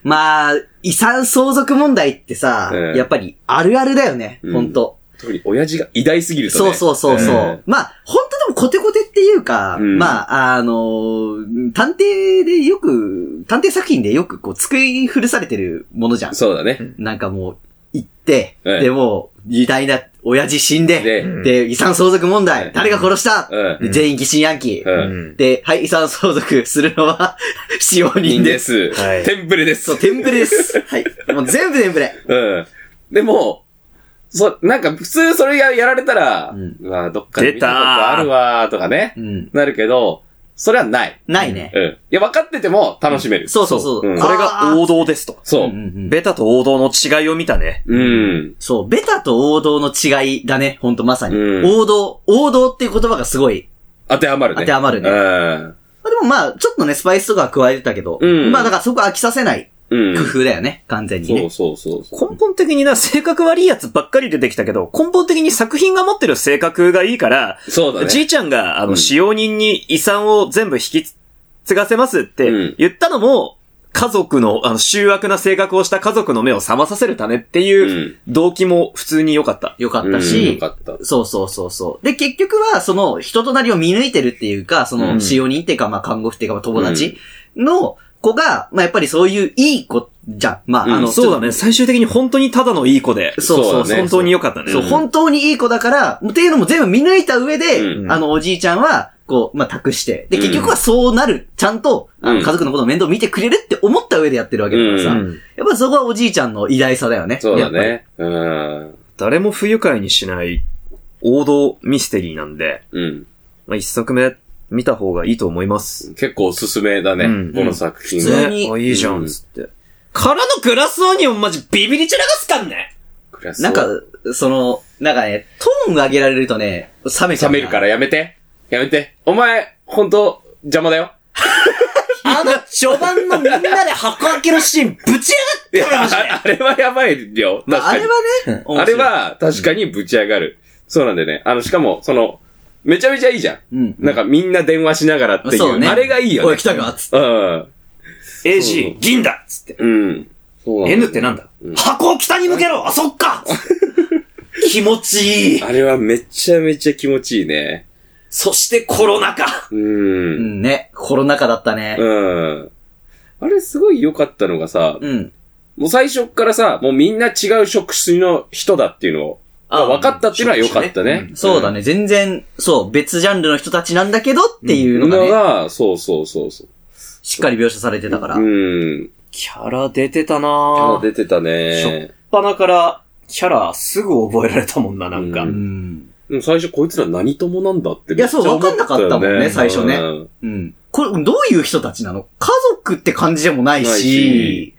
[SPEAKER 2] まあ、遺産相続問題ってさ、
[SPEAKER 1] ええ
[SPEAKER 2] やっぱりあるあるだよね、
[SPEAKER 1] うん
[SPEAKER 2] ほんと。
[SPEAKER 1] (laughs) 特に親父が偉大すぎると
[SPEAKER 2] そ
[SPEAKER 1] ね。
[SPEAKER 2] うそうそうそう。
[SPEAKER 1] ん
[SPEAKER 2] まあ、ほんとでもコテコテっていうか、
[SPEAKER 1] うん
[SPEAKER 2] まあ、あのー探偵でよく、探偵作品でよくこう、作り古されてるものじゃん。
[SPEAKER 1] そうだね。
[SPEAKER 2] なんかもう、行って、
[SPEAKER 1] ええ
[SPEAKER 2] でもう、偉大な親父死んで、
[SPEAKER 1] で、
[SPEAKER 3] うん
[SPEAKER 2] で、遺産相続問題、
[SPEAKER 1] ええ
[SPEAKER 2] 誰が殺した、
[SPEAKER 1] うん。
[SPEAKER 2] で全員疑心暗鬼。
[SPEAKER 1] うん
[SPEAKER 3] うん
[SPEAKER 2] で、はい、遺産相続するのは、 (laughs) 使用
[SPEAKER 1] いい
[SPEAKER 2] 人
[SPEAKER 1] ん
[SPEAKER 2] で。
[SPEAKER 1] ですす。
[SPEAKER 3] はい
[SPEAKER 1] テンプレです。
[SPEAKER 2] そう、テンプレです。はい。もう全部テンプレ。
[SPEAKER 1] うん。でも、そ、なんか普通それややられたら、
[SPEAKER 2] う
[SPEAKER 1] うんわどっかで見たこと
[SPEAKER 3] 出たー
[SPEAKER 1] あるわーとかね、
[SPEAKER 2] うん。
[SPEAKER 1] なるけど、それはない。
[SPEAKER 2] ないね。
[SPEAKER 1] うん。いや、分かってても楽しめる。
[SPEAKER 2] そうそうそう。
[SPEAKER 1] うん
[SPEAKER 3] これが王道ですと。
[SPEAKER 1] そう
[SPEAKER 2] う。んうんうん
[SPEAKER 3] ベタと王道の違いを見たね。
[SPEAKER 1] うん。
[SPEAKER 2] そう、ベタと王道の違いだね、ほんとまさに。
[SPEAKER 1] うん
[SPEAKER 2] 王道、王道っていう言葉がすごい。
[SPEAKER 1] 当てはまるね。
[SPEAKER 2] 当てはまるね
[SPEAKER 1] う
[SPEAKER 2] まあでもまあ、ちょっとね、スパイスとかは加えてたけど、
[SPEAKER 1] うん
[SPEAKER 2] まあだからそこ飽きさせない
[SPEAKER 1] ん。うん
[SPEAKER 2] 工。夫だよね、完全に
[SPEAKER 1] そう
[SPEAKER 2] ね。
[SPEAKER 1] そうそうそう。
[SPEAKER 3] 根本的にな、性格悪いやつばっかり出てきたけど、根本的に作品が持ってる性格がいいから、
[SPEAKER 1] そうだね。
[SPEAKER 3] じいちゃんが、あの、
[SPEAKER 1] うん
[SPEAKER 3] 使用人に遺産を全部引き継がせますっ
[SPEAKER 1] うん
[SPEAKER 3] て言ったのも、家族の、あの、醜悪な性格をした家族の目を覚まさせるためっていう
[SPEAKER 1] うん。
[SPEAKER 3] 動機も普通に良かった。
[SPEAKER 2] よかった
[SPEAKER 1] うんよ
[SPEAKER 2] し、
[SPEAKER 1] かった。
[SPEAKER 2] そうそうそうそう。で、結局は、その、人となりを見抜いてるっていうか、その、
[SPEAKER 3] うん
[SPEAKER 2] 使用人っていうか、まあ、看護婦っていうか、まあ友達の子が、まあ、やっぱりそういういい子じゃん。まあ、あ
[SPEAKER 1] う
[SPEAKER 2] の、
[SPEAKER 1] ん
[SPEAKER 3] そうだね。最終的に本当にただのいい子で、
[SPEAKER 2] そうそう
[SPEAKER 1] だね
[SPEAKER 3] 本当に良かったね。
[SPEAKER 2] そう、
[SPEAKER 1] うん
[SPEAKER 2] 本当にいい子だから、っていうのも全部見抜いた上で、
[SPEAKER 1] うん
[SPEAKER 2] あの、おじいちゃんは、こう、まあ、託して。で、
[SPEAKER 1] うん
[SPEAKER 2] 結局はそうなる。ちゃんと、あ
[SPEAKER 1] う
[SPEAKER 2] の、
[SPEAKER 1] ん
[SPEAKER 2] 家族のことを面倒見てくれるって思った上でやってるわけだからさ。
[SPEAKER 1] う
[SPEAKER 3] うん
[SPEAKER 2] やっぱりそこはおじいちゃんの偉大さだよね。
[SPEAKER 1] そうだ
[SPEAKER 2] やっ
[SPEAKER 1] ね。うん。
[SPEAKER 3] 誰も不愉快にしない王道ミステリーなんで、
[SPEAKER 1] うん。
[SPEAKER 3] まあ、一作目見た方がいいと思います。
[SPEAKER 1] 結構おすすめだね、
[SPEAKER 3] うん
[SPEAKER 1] この作品
[SPEAKER 2] 普通
[SPEAKER 1] は。
[SPEAKER 2] に
[SPEAKER 3] ねあいいじゃ、
[SPEAKER 1] うんん
[SPEAKER 3] つって。からのグラスオニオンマジビビり散らかすかんね
[SPEAKER 1] 暗そう
[SPEAKER 2] なんか、、その、なんかね、トーン上げられるとね、冷めち
[SPEAKER 1] 冷
[SPEAKER 2] ゃうな。
[SPEAKER 1] めるからやめて。やめて。お前、ほんと、邪魔だ
[SPEAKER 2] (laughs)
[SPEAKER 1] よ。
[SPEAKER 3] あ (laughs) の、序盤のみんなで箱開けるシーン、ぶち
[SPEAKER 1] い
[SPEAKER 3] 上
[SPEAKER 1] や
[SPEAKER 3] がってましたね
[SPEAKER 1] ああれはやばいよ。確
[SPEAKER 2] あ
[SPEAKER 1] か
[SPEAKER 2] れ
[SPEAKER 1] に。
[SPEAKER 2] はね、面白い
[SPEAKER 1] あれ、は、確かにぶち上がる。そうなんだよね。あの、しかも、その、めちゃめちゃいいじゃん。
[SPEAKER 2] うん。
[SPEAKER 1] なんかみんな電話しながらってい
[SPEAKER 2] そう
[SPEAKER 1] う。
[SPEAKER 2] ね
[SPEAKER 1] あれがいいよ
[SPEAKER 2] おい、
[SPEAKER 1] ね
[SPEAKER 2] 来。たかっつって。
[SPEAKER 1] うん。
[SPEAKER 3] !AG、銀だつって。
[SPEAKER 1] うん。そうなんだ
[SPEAKER 3] N ってなんだ
[SPEAKER 1] うん
[SPEAKER 3] 箱を北に向けろあ、そ
[SPEAKER 1] (laughs)
[SPEAKER 3] っか気持ちいい
[SPEAKER 1] あれはめちゃめちゃ気持ちいいね。
[SPEAKER 3] そしてコロナ禍
[SPEAKER 1] う。
[SPEAKER 2] うんん、ね。コロナ禍だったね。
[SPEAKER 1] うん。あれすごい良かったのがさ、
[SPEAKER 2] うん。
[SPEAKER 1] もう最初っからさ、もうみんな違う職種の人だっていうのを、まあ分かったっていうのは良かったね。
[SPEAKER 2] そうだね、全然、そう、別ジャンルの人たちなんだけどっていうの
[SPEAKER 1] の
[SPEAKER 2] がね、
[SPEAKER 1] が、そうそうそうそう。
[SPEAKER 2] しっかり描写されてたから。
[SPEAKER 1] うん。
[SPEAKER 3] キャラ出てたな
[SPEAKER 1] あ
[SPEAKER 3] ぁ。
[SPEAKER 1] 出てた
[SPEAKER 3] しょ
[SPEAKER 1] ね。
[SPEAKER 3] ぱなから、キャラすぐ覚えられたもんな、なんか。
[SPEAKER 1] う
[SPEAKER 2] うん。
[SPEAKER 1] でも最初こいつら何友なんだって
[SPEAKER 2] いやそう
[SPEAKER 1] めっちゃ思よ
[SPEAKER 2] 分かんなかったもんね最初ね
[SPEAKER 1] うん
[SPEAKER 2] うん。これ、どういう人たちなの家族って感じでもない
[SPEAKER 1] ない
[SPEAKER 2] し
[SPEAKER 1] し、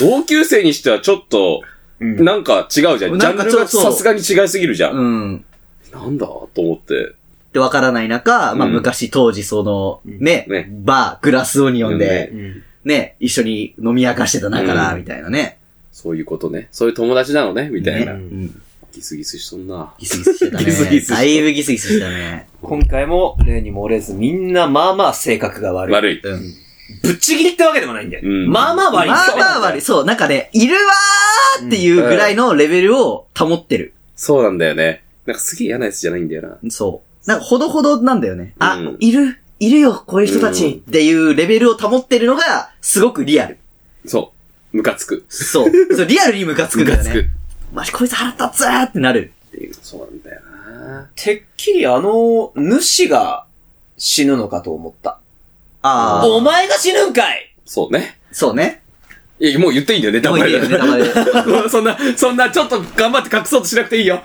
[SPEAKER 1] 同級生にしてはちょっと、
[SPEAKER 3] うん
[SPEAKER 1] なんか違うじゃん。ジャ
[SPEAKER 2] なん
[SPEAKER 1] ン
[SPEAKER 2] か
[SPEAKER 1] ル
[SPEAKER 2] ちょっと
[SPEAKER 1] がさすがに違いすぎるじゃん。
[SPEAKER 2] うん。
[SPEAKER 1] なんだと思って。
[SPEAKER 2] ってわからない中、まあ
[SPEAKER 1] うん
[SPEAKER 2] 昔当時その、
[SPEAKER 3] うん
[SPEAKER 2] ね、
[SPEAKER 1] ね
[SPEAKER 2] バー、グラスオニオンで、
[SPEAKER 3] うん
[SPEAKER 2] ね、一緒に飲み明かしてた仲だ、
[SPEAKER 1] うん
[SPEAKER 2] みたいなね。
[SPEAKER 1] そういうことね。そういう友達なのね、みたいな。
[SPEAKER 2] う
[SPEAKER 3] ね
[SPEAKER 2] ん。
[SPEAKER 1] ギスギスしとんな。
[SPEAKER 2] ギスギスしてた
[SPEAKER 1] (laughs)
[SPEAKER 2] ね。
[SPEAKER 1] ギスギスして
[SPEAKER 2] だいぶギスギスしてたね。
[SPEAKER 3] 今回も例に漏れず、みんなまあまあ性格が悪い。
[SPEAKER 1] 悪い。
[SPEAKER 2] うん。
[SPEAKER 3] ぶっちぎりってわけでもないんだよ。
[SPEAKER 1] うん
[SPEAKER 3] まあまあ
[SPEAKER 2] まあ
[SPEAKER 3] 悪い。
[SPEAKER 2] まあ悪い。そう、なんかね、いるわーっていうぐらいのレベルを保ってる。
[SPEAKER 1] そうなんだよね。なんかすげえ嫌なやつじゃないんだよな。
[SPEAKER 2] そう。なんかほどほどなんだよね。あ、
[SPEAKER 1] うん
[SPEAKER 2] いる、いるよ、こういう人た
[SPEAKER 1] う
[SPEAKER 2] ちっていうレベルを保ってるのが、すごくリアル。
[SPEAKER 1] そう。ムカつく。 (laughs)
[SPEAKER 2] そう。そう、リアルにムカつくん
[SPEAKER 1] ム
[SPEAKER 2] だ
[SPEAKER 1] カ
[SPEAKER 2] よ
[SPEAKER 1] つく
[SPEAKER 2] ね。。マジこいつ腹立つーってなる。
[SPEAKER 1] そうなんだよな。
[SPEAKER 3] てっきりあの、主が死ぬのかと思った。
[SPEAKER 2] あ
[SPEAKER 3] お
[SPEAKER 2] あ。
[SPEAKER 3] 前が死ぬんかい
[SPEAKER 1] そうね。
[SPEAKER 2] そうね。
[SPEAKER 1] いや、もう言っていいんだよ、ネタ
[SPEAKER 2] もう
[SPEAKER 1] バ
[SPEAKER 2] いい
[SPEAKER 1] レ
[SPEAKER 2] よ、ネタバ
[SPEAKER 1] (laughs)
[SPEAKER 2] レ。
[SPEAKER 1] だそんな、そんな、ちょっと頑張って隠そうとしなくていいよ。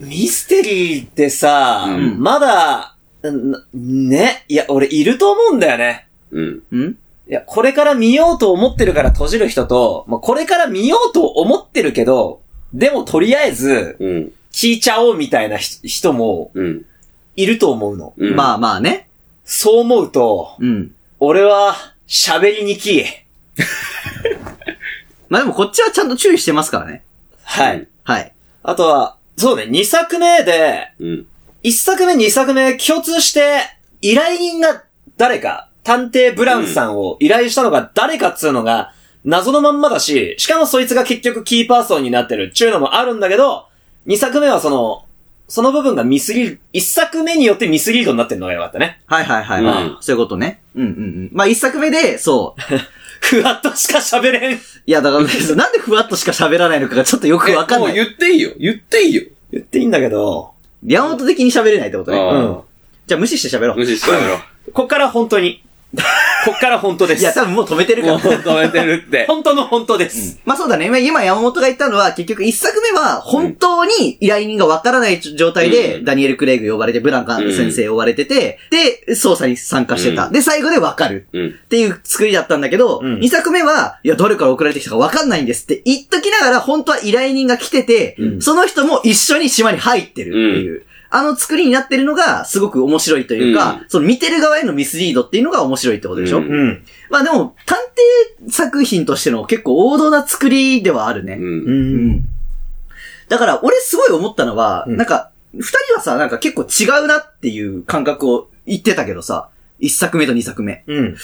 [SPEAKER 3] ミステリーってさ、
[SPEAKER 1] うん
[SPEAKER 3] まだ、なね、いや、俺いると思うんだよね。
[SPEAKER 1] うん。
[SPEAKER 2] うん
[SPEAKER 3] いや、これから見ようと思ってるから閉じる人と、まあ、これから見ようと思ってるけど、でもとりあえず、
[SPEAKER 1] うん。
[SPEAKER 3] 聞いちゃおうみたいなひ人も
[SPEAKER 1] うん。
[SPEAKER 3] いると思うの。
[SPEAKER 1] うん。
[SPEAKER 2] ま
[SPEAKER 1] あ。
[SPEAKER 2] あまあね。
[SPEAKER 3] そう思うと、
[SPEAKER 2] うん。
[SPEAKER 3] 俺は、喋りにきい。
[SPEAKER 2] まあでもこっちはちゃんと注意してますからね。
[SPEAKER 3] はい。
[SPEAKER 1] うん
[SPEAKER 2] はい。
[SPEAKER 3] あとは、そうね、2作目で、
[SPEAKER 1] うん。
[SPEAKER 3] 1作目2作目共通して、依頼人が誰か、探偵ブラウンさんを依頼したのが誰かっつうのが、謎のまんまだし、しかもそいつが結局キーパーソンになってるっちゅうのもあるんだけど、2作目はその、その部分がミスリード、1作目によってミスリードになってるのがよかったね。
[SPEAKER 2] はいはいはいはい。
[SPEAKER 1] うん
[SPEAKER 2] そういうことね。うんうんうん。まあ一作目で、そう。
[SPEAKER 3] ふわっとしか喋れん。
[SPEAKER 2] いやだから、 (laughs) なんでふわっとしか喋らないのかがちょっとよくわかんな
[SPEAKER 1] えも
[SPEAKER 2] い。
[SPEAKER 1] う言っていいよ。言っていいよ。
[SPEAKER 3] 言っていいんだけど、
[SPEAKER 2] 山本的に喋れないってことね。
[SPEAKER 1] あ
[SPEAKER 3] う
[SPEAKER 1] ー
[SPEAKER 3] ん。
[SPEAKER 2] じゃあ無視して喋ろう。
[SPEAKER 1] 無視してやめろ。
[SPEAKER 3] こっから本当に。こっから本当
[SPEAKER 2] (laughs)
[SPEAKER 3] で
[SPEAKER 2] いや、
[SPEAKER 3] す。
[SPEAKER 2] 多分もう止めてるか
[SPEAKER 1] もう
[SPEAKER 2] ら。
[SPEAKER 1] 止めてるって。
[SPEAKER 3] 本当の本当です。
[SPEAKER 2] まあそうだね。今今山本が言ったのは、結局一作目は、本当に依頼人がわからない状態
[SPEAKER 1] う
[SPEAKER 2] で、
[SPEAKER 1] ん
[SPEAKER 2] ダニエル・クレイグ呼ばれて、ブランカン先生呼ばれてて、で、捜査に参加してた。
[SPEAKER 1] う
[SPEAKER 2] で、最後でわかる。
[SPEAKER 1] うん。
[SPEAKER 2] っていう作りだったんだけど、
[SPEAKER 3] うん
[SPEAKER 2] 二作目は、いや、どれから送られてきたかわかんないんですって言っときながら、本当は依頼人が来てて、
[SPEAKER 3] うん
[SPEAKER 2] その人も一緒に島に入ってるっていう、あの作りになってるのが、すごく面白いというか、その見てる側へのミスリードっていうのが面白いってことでしょ、
[SPEAKER 1] うん
[SPEAKER 3] ん。
[SPEAKER 2] まあでも、探偵作品としての結構王道な作りではあるね。
[SPEAKER 1] うん。
[SPEAKER 2] うんだから、俺すごい思ったのは、
[SPEAKER 3] うん
[SPEAKER 2] なんか、二人はさ、なんか結構違うなっていう感覚を言ってたけどさ、一作目と二作目。
[SPEAKER 3] うん。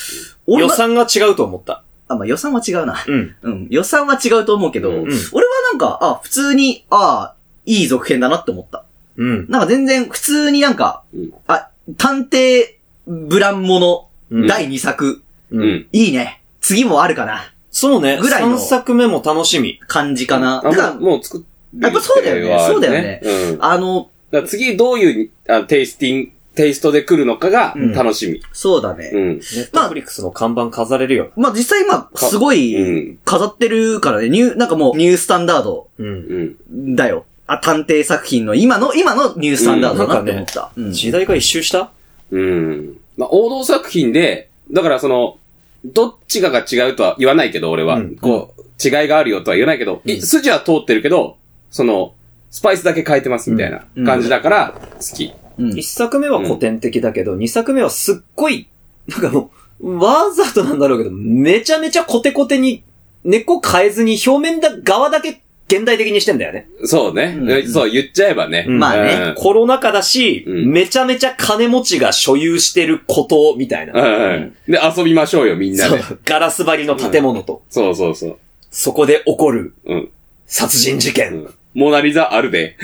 [SPEAKER 2] 俺
[SPEAKER 3] 予
[SPEAKER 2] は、
[SPEAKER 3] 算が違うと思った。
[SPEAKER 2] あ、まあ予算は違うな。
[SPEAKER 3] うん。
[SPEAKER 2] うん、予算は違うと思うけど、
[SPEAKER 1] うん
[SPEAKER 2] 俺はなんか、あ、普通に、あいい続編だなって思った。
[SPEAKER 3] うん。
[SPEAKER 2] なんか全然、普通になんか、
[SPEAKER 1] うん
[SPEAKER 2] あ、探偵、ブランも
[SPEAKER 3] う
[SPEAKER 2] の、
[SPEAKER 3] ん
[SPEAKER 2] 第二作、
[SPEAKER 1] う。
[SPEAKER 3] うん
[SPEAKER 2] いいね。次もあるかな。
[SPEAKER 3] そうね。
[SPEAKER 2] ぐらいの
[SPEAKER 3] 3作目も楽しみ。
[SPEAKER 2] 感じかな。
[SPEAKER 1] あ
[SPEAKER 2] だから
[SPEAKER 1] もう、もう作ってる
[SPEAKER 2] やっぱそうだよね
[SPEAKER 1] はある
[SPEAKER 2] そうだよね
[SPEAKER 1] うん。だか
[SPEAKER 2] あの、
[SPEAKER 1] ら次どういうあテイスティング、テイストで来るのかが
[SPEAKER 2] うん
[SPEAKER 1] 楽しみ。
[SPEAKER 2] そうだね。
[SPEAKER 1] うん。
[SPEAKER 3] ネットフリックスの看板飾れるよ。
[SPEAKER 2] まあ実際まあ、
[SPEAKER 1] か
[SPEAKER 2] すご
[SPEAKER 1] う
[SPEAKER 2] い、
[SPEAKER 1] ん。
[SPEAKER 2] 飾ってるからね、ニュー、なんかもう、ニュースタンダード
[SPEAKER 3] うん。
[SPEAKER 1] うん。
[SPEAKER 2] だよ。あ、探偵作品の今の、今のニュースタンダードだなって思った。うん
[SPEAKER 3] 時代が一周した
[SPEAKER 1] うん。まあ、王道作品で、だからその、どっちかが違うとは言わないけど、俺は。
[SPEAKER 2] うん
[SPEAKER 1] こう、違いがあるよとは言わないけど、い筋は通ってるけど、その、スパイスだけ変えてますみたいな
[SPEAKER 2] うん
[SPEAKER 1] 感じだから、好き。
[SPEAKER 2] うん
[SPEAKER 3] 一作目は古典的だけど、二、作目はすっごい、なんかもう、わざとなんだろうけど、めちゃめちゃコテコテに、根っこ変えずに表面だ、側だけ現代的にしてんだよね。
[SPEAKER 1] そうね、
[SPEAKER 2] うん
[SPEAKER 1] えそう、言っちゃえばね。
[SPEAKER 3] うん
[SPEAKER 2] まあね
[SPEAKER 1] うん
[SPEAKER 3] コロナ禍だし、
[SPEAKER 1] うん
[SPEAKER 3] めちゃめちゃ金持ちが所有してること、みたいな。
[SPEAKER 1] うんうん。で、遊びましょうよ、みんな
[SPEAKER 3] そ
[SPEAKER 1] で。
[SPEAKER 3] う。ガラス張りの建物と、
[SPEAKER 1] そうそうそう。
[SPEAKER 3] そこで起こる
[SPEAKER 1] うん。
[SPEAKER 3] 殺人事
[SPEAKER 1] う
[SPEAKER 3] 件。
[SPEAKER 1] ん、モナリザあるで。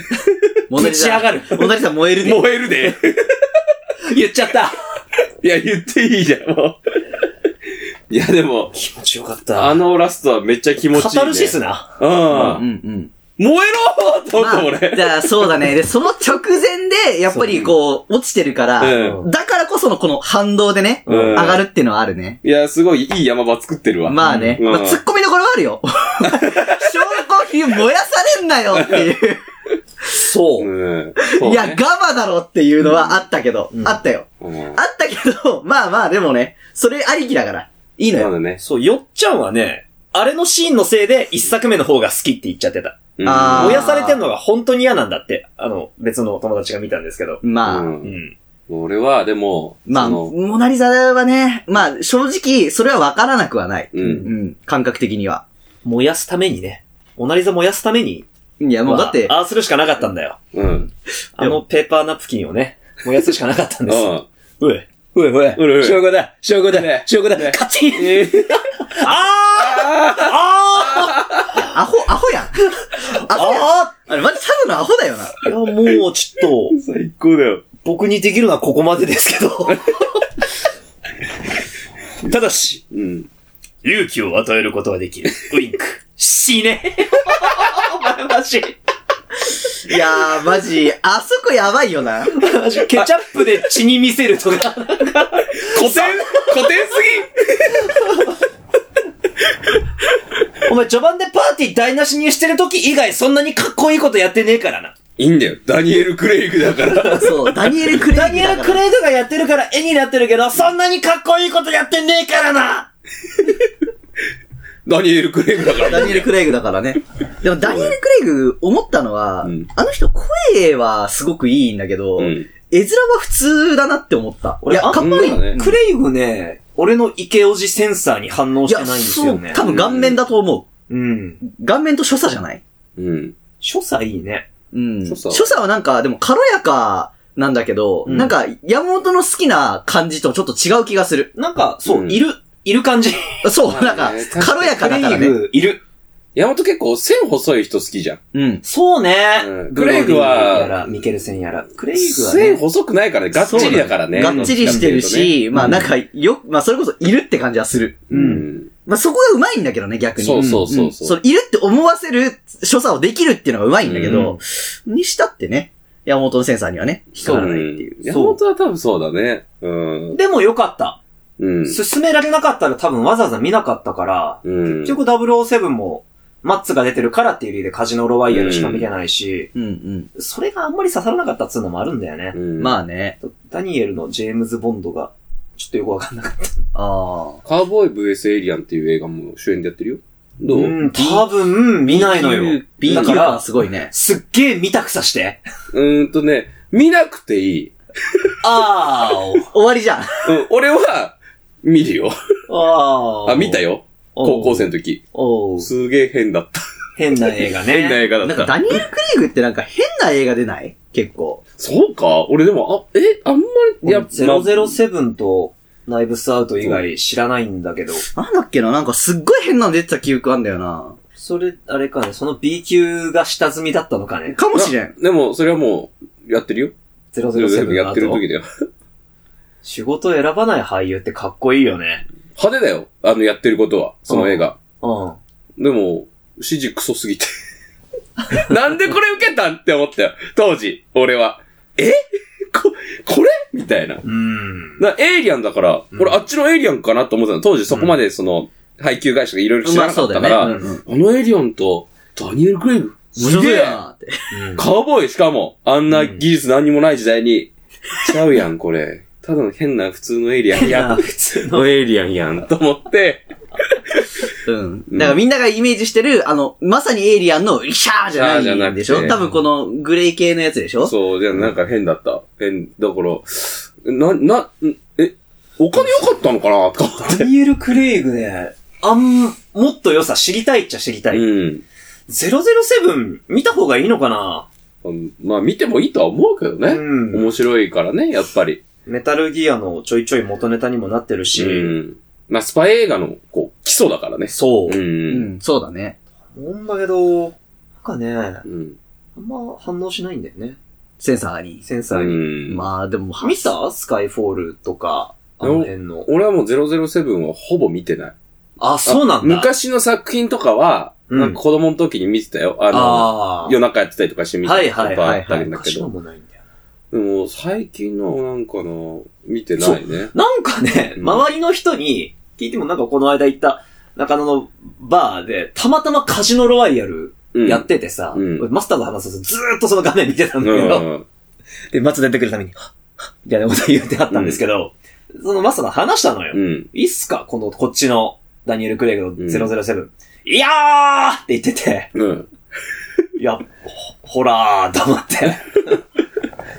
[SPEAKER 2] モナリザ
[SPEAKER 3] ぶち上がる
[SPEAKER 2] モナリザ燃えるね。
[SPEAKER 1] 燃えるで。
[SPEAKER 3] 言っちゃった
[SPEAKER 1] いや、言っていいじゃん、もう。 (laughs) いや、でも、
[SPEAKER 3] 気持ちよかっ
[SPEAKER 1] あ
[SPEAKER 3] た。
[SPEAKER 1] のラストはめっちゃ気持ちいい、ね。
[SPEAKER 3] カタルシスな。
[SPEAKER 1] うん。
[SPEAKER 2] うんうん。
[SPEAKER 1] 燃えろーと思っ
[SPEAKER 2] ま
[SPEAKER 1] た、
[SPEAKER 2] あ、
[SPEAKER 1] 俺。
[SPEAKER 2] じゃあそうだね。で、その直前で、やっぱりこう、落ちてるから、
[SPEAKER 1] う
[SPEAKER 2] だからこそのこの反動でね、
[SPEAKER 1] うん
[SPEAKER 2] 上がるっていうのはあるね。
[SPEAKER 1] いや、すごいいい山場作ってるわ。
[SPEAKER 2] まあね。
[SPEAKER 1] うん
[SPEAKER 2] まあ、突っ込みどころはある
[SPEAKER 1] (laughs)
[SPEAKER 2] よ。 (laughs) 証拠品燃やされんなよっていう。
[SPEAKER 3] そう
[SPEAKER 1] ん。
[SPEAKER 3] う。
[SPEAKER 2] いや、ガバだろっていうのはあったけど、
[SPEAKER 3] うん
[SPEAKER 2] あったよ。
[SPEAKER 1] そうね
[SPEAKER 2] あったけど、 (laughs) まあまあ、でもね、それありきだから、いい
[SPEAKER 1] うん
[SPEAKER 2] の
[SPEAKER 1] そう
[SPEAKER 2] よ。
[SPEAKER 1] だね。
[SPEAKER 3] そう、よっちゃんはね、あれのシーンのせいで一作目の方が好きって言っちゃってた。
[SPEAKER 1] うん
[SPEAKER 2] あー
[SPEAKER 3] 燃やされてんのが本当に嫌なんだって、あの、別の友達が見たんですけど。
[SPEAKER 2] まあ、
[SPEAKER 1] う
[SPEAKER 3] うんん。
[SPEAKER 1] 俺は、でも、
[SPEAKER 2] まあ、
[SPEAKER 1] その
[SPEAKER 2] モナリザはね、まあ、正直、それは分からなくはない。
[SPEAKER 1] う。
[SPEAKER 2] うんん、感覚的には。
[SPEAKER 3] 燃やすためにね。モナリザ燃やすために。
[SPEAKER 2] いや、もう
[SPEAKER 3] まあ
[SPEAKER 2] だって、
[SPEAKER 3] ああするしかなかったんだよ。
[SPEAKER 1] うん。うん。
[SPEAKER 3] あのペーパーナプキンをね、燃やすしかなかったんです (laughs) よ。うえ。うえ、うえ。
[SPEAKER 1] うえうえ
[SPEAKER 3] 証拠だ。証拠だ。証拠だ。
[SPEAKER 1] ね
[SPEAKER 3] カチン
[SPEAKER 1] え
[SPEAKER 3] (laughs)
[SPEAKER 1] ー
[SPEAKER 3] あーあ
[SPEAKER 2] アホ、アホやん。
[SPEAKER 3] (laughs)
[SPEAKER 2] アホやん。
[SPEAKER 3] あ
[SPEAKER 2] あれ、マジただのアホだよな。
[SPEAKER 3] ーいや、もう、ちょっと、
[SPEAKER 1] 最高だよ。
[SPEAKER 3] 僕にできるのはここまでですけど。 (laughs) ただし、
[SPEAKER 1] うん。
[SPEAKER 3] 勇気を与えることはできる。ウインク。死ね。お前マジ。
[SPEAKER 2] いやー、マジ、あそこやばいよな。
[SPEAKER 3] マジ。ケチャップで血に見せるとか。
[SPEAKER 1] 古典古典す
[SPEAKER 3] お前序盤でパーティー台無しにしてる時以外そんなにかっこいいことやってねえからな。
[SPEAKER 1] ぎいいんだよ。ダニエル・クレイグだから。
[SPEAKER 2] そう、ダニエル・クレイグだ
[SPEAKER 3] ダ
[SPEAKER 2] から。
[SPEAKER 3] ニエル・クレイグがやってるから絵になってるけど、そんなにかっこいいことやってねえからな
[SPEAKER 1] ダニエル・クレイグだから。
[SPEAKER 2] ダニエル・クレイグだからね。でも、ダニエル・クレイグ、思ったのは、
[SPEAKER 1] うん
[SPEAKER 2] あの人、声はすごくいいんだけど、
[SPEAKER 1] うん。
[SPEAKER 2] 絵面は普通だなって思った。い
[SPEAKER 3] 俺
[SPEAKER 2] や、
[SPEAKER 3] あん
[SPEAKER 2] かっこ
[SPEAKER 1] ま
[SPEAKER 2] いい。
[SPEAKER 1] りね
[SPEAKER 3] クレイグね、俺のイケオジセンサーに反応
[SPEAKER 2] い
[SPEAKER 3] して
[SPEAKER 2] や、
[SPEAKER 3] ないんです
[SPEAKER 2] そ
[SPEAKER 3] よ
[SPEAKER 2] う、
[SPEAKER 3] ね。
[SPEAKER 2] 多分顔面だと思
[SPEAKER 3] うん。
[SPEAKER 2] う。顔面と所作じゃない
[SPEAKER 1] うん。
[SPEAKER 3] 所作いいね。
[SPEAKER 2] うん。
[SPEAKER 1] 所作
[SPEAKER 2] 所作はなんか、でも軽やかなんだけど、
[SPEAKER 3] うん
[SPEAKER 2] なんか、山本の好きな感じとちょっと違う気がする。
[SPEAKER 3] なんか、そう、
[SPEAKER 1] うん
[SPEAKER 3] いる、いる感じ。
[SPEAKER 2] そう、
[SPEAKER 1] まあね
[SPEAKER 2] なんか
[SPEAKER 1] 確、かに
[SPEAKER 2] 軽やかだから
[SPEAKER 3] クレイ
[SPEAKER 2] ね。
[SPEAKER 3] グ、いる。
[SPEAKER 1] 山本結構線細い人好きじゃん。
[SPEAKER 2] うん。
[SPEAKER 3] そうね。
[SPEAKER 1] うんクレイグは
[SPEAKER 3] ブロディやら、ミケルセンやら。クレイグは
[SPEAKER 1] 線
[SPEAKER 3] ね。
[SPEAKER 1] 細くないからね。がっちりだからね。
[SPEAKER 2] がっちりしてるし、まあなん
[SPEAKER 1] か、
[SPEAKER 2] か、よ、まあそれこそいるって感じはする。
[SPEAKER 1] う
[SPEAKER 3] うん
[SPEAKER 1] ん。
[SPEAKER 2] まあそこが上手いんだけどね、逆に。
[SPEAKER 1] そうそうそう
[SPEAKER 2] そ
[SPEAKER 1] そう。
[SPEAKER 2] のいるって思わせる所作をできるっていうのが上手いんだけど、にしたってね、山本のセンサーにはね、引っかからないっていう。
[SPEAKER 1] ん山本は多分そうだね。うん。
[SPEAKER 3] でもよかった。
[SPEAKER 1] うん。
[SPEAKER 3] 進められなかったら多分わざわざ見なかったから、
[SPEAKER 1] うん
[SPEAKER 3] 結局007も、マッツが出てるからっていう理由でカジノロワイヤルしか見てないし、
[SPEAKER 2] うんうん。
[SPEAKER 3] それがあんまり刺さらなかったっつうのもあるんだよね。
[SPEAKER 1] うん
[SPEAKER 2] まあね。
[SPEAKER 3] ダニエルのジェームズ・ボンドが、ちょっとよくわかんなかった。
[SPEAKER 2] ああ。
[SPEAKER 1] カーボーイ VS エイリアンっていう映画も主演でやってるよ。どう、うん、
[SPEAKER 3] ん、多分、見ないのよ。
[SPEAKER 2] B 級
[SPEAKER 3] だか
[SPEAKER 2] 感
[SPEAKER 3] ら、
[SPEAKER 2] すごいね。
[SPEAKER 3] すっげえ見たくさして。
[SPEAKER 1] ーんとね、見なくていい。
[SPEAKER 3] あ
[SPEAKER 2] 終わりじゃん。
[SPEAKER 1] うん、俺は、見るよ。
[SPEAKER 3] ーお。あー
[SPEAKER 1] あ、見た。よ。高校生の時。
[SPEAKER 3] おう。
[SPEAKER 1] すげえ変だった。
[SPEAKER 3] 変な映画ね。
[SPEAKER 1] 変な映画だ
[SPEAKER 2] な
[SPEAKER 1] っ
[SPEAKER 2] んか
[SPEAKER 1] た。
[SPEAKER 2] ダニエル・クレイグってなんか変な映画出ない結構。
[SPEAKER 1] そうか俺でも、あ、え、あんまり、いや、
[SPEAKER 3] 007とナイブスアウト以外知らないんだけど、
[SPEAKER 2] なんだっけななんかすっごい変なの出てた記憶あんだよな。
[SPEAKER 3] それ、あれかね、その B 級が下積みだったのかね。
[SPEAKER 2] かも
[SPEAKER 1] まあ
[SPEAKER 2] しれん。
[SPEAKER 1] なでも、それはもう、やってるよ。
[SPEAKER 3] 007
[SPEAKER 1] やってる
[SPEAKER 3] の
[SPEAKER 1] 時
[SPEAKER 3] 後
[SPEAKER 1] だよ。
[SPEAKER 3] 仕事を選ばない俳優ってかっこいいよね。
[SPEAKER 1] 派手だよ。あの、やってることは。その映画。
[SPEAKER 3] うん。
[SPEAKER 1] でも、指示クソすぎて。 (laughs) なんでこれ受けたんって思ったよ。当時、俺は。えこ、これみたいな。
[SPEAKER 3] うん。
[SPEAKER 1] なエイリアンだから、
[SPEAKER 3] うん
[SPEAKER 1] これあっちのエイリアンかなと思ってたの。当時そこまでその、配給会社がいろいろ知らなかったから、
[SPEAKER 2] まあそうだよねうんうん
[SPEAKER 1] あのエイリアンと、ダニエル・クレイグ、す
[SPEAKER 2] 面
[SPEAKER 1] げ
[SPEAKER 2] 白い
[SPEAKER 1] え
[SPEAKER 2] なって。
[SPEAKER 1] カウボーイしかも、あんな技術何にもない時代に、ちゃうやん、これ。ただの変な普通のエイリアンやん。
[SPEAKER 2] 普
[SPEAKER 1] 普通のエイリアンやん。と思って、
[SPEAKER 2] うん。だからみんながイメージしてる、あの、まさにエイリアンの、イシャーじゃ
[SPEAKER 1] シャーじ
[SPEAKER 2] な
[SPEAKER 1] ゃ
[SPEAKER 2] い
[SPEAKER 1] なんく
[SPEAKER 2] で
[SPEAKER 1] て
[SPEAKER 2] しょ多分このグレー系のやつでしょ
[SPEAKER 1] そう、じゃあなんか変だった。変、だから、な、な、んえ、お金良かったのかなとか思って。
[SPEAKER 3] ダニエル・クレイグね、あん、もっと良さ知りたいっちゃ知りたい。
[SPEAKER 1] うん。
[SPEAKER 3] 007見た方がいいのかな
[SPEAKER 1] うんまあ見てもいいとは思うけどね。
[SPEAKER 3] うん
[SPEAKER 1] 面白いからね、やっぱり。
[SPEAKER 3] メタルギアのちょいちょい元ネタにもなってるし、
[SPEAKER 1] うん。まあスパイ映画の、こう、基礎だからね。。
[SPEAKER 3] そうう。
[SPEAKER 2] うんん、そうだね。
[SPEAKER 3] 思うんだけど、なんかね、あ
[SPEAKER 1] うん。
[SPEAKER 3] んま反応しないんだよね。
[SPEAKER 2] センサーに。
[SPEAKER 3] センサーに。
[SPEAKER 1] うん。
[SPEAKER 2] まあ、でも、は
[SPEAKER 3] 見たスカイフォールとか、あの辺の。
[SPEAKER 1] 俺はもう007はほぼ見てない。
[SPEAKER 3] あ、そうなんだ。
[SPEAKER 1] 昔の作品とかは、
[SPEAKER 3] うん
[SPEAKER 1] なんか子供の時に見てたよ。あの、
[SPEAKER 3] ああ。
[SPEAKER 1] 夜中やってたりとかして見てた
[SPEAKER 3] は
[SPEAKER 1] り
[SPEAKER 3] い
[SPEAKER 1] とか
[SPEAKER 3] はいは
[SPEAKER 1] あ
[SPEAKER 3] い
[SPEAKER 1] った
[SPEAKER 3] はい。
[SPEAKER 1] んだけ
[SPEAKER 3] 昔の
[SPEAKER 1] ど。
[SPEAKER 3] もないんだよ
[SPEAKER 1] でも最近のなんかの、見てないね。
[SPEAKER 3] な。なんかね、
[SPEAKER 1] うん
[SPEAKER 3] 周りの人に聞いてもなんかこの間行った中野のバーで、たまたまカジノロワイヤル
[SPEAKER 1] うん
[SPEAKER 3] やっててさ、
[SPEAKER 1] うん
[SPEAKER 3] 俺マスターと話すとずーっとその画面見てた
[SPEAKER 1] うん
[SPEAKER 3] だけど、
[SPEAKER 1] ん。
[SPEAKER 3] で、松出てくるために、 (laughs) はっはっみたいなこと言ってあったんですけど、そのマスターと話したのよ。
[SPEAKER 1] うん。
[SPEAKER 3] いいっすかこの、こっちの、ダニエル・クレイグの007。いやーって言ってて、 (laughs)
[SPEAKER 1] うん。
[SPEAKER 3] いや、ほほらー、黙って。 (laughs)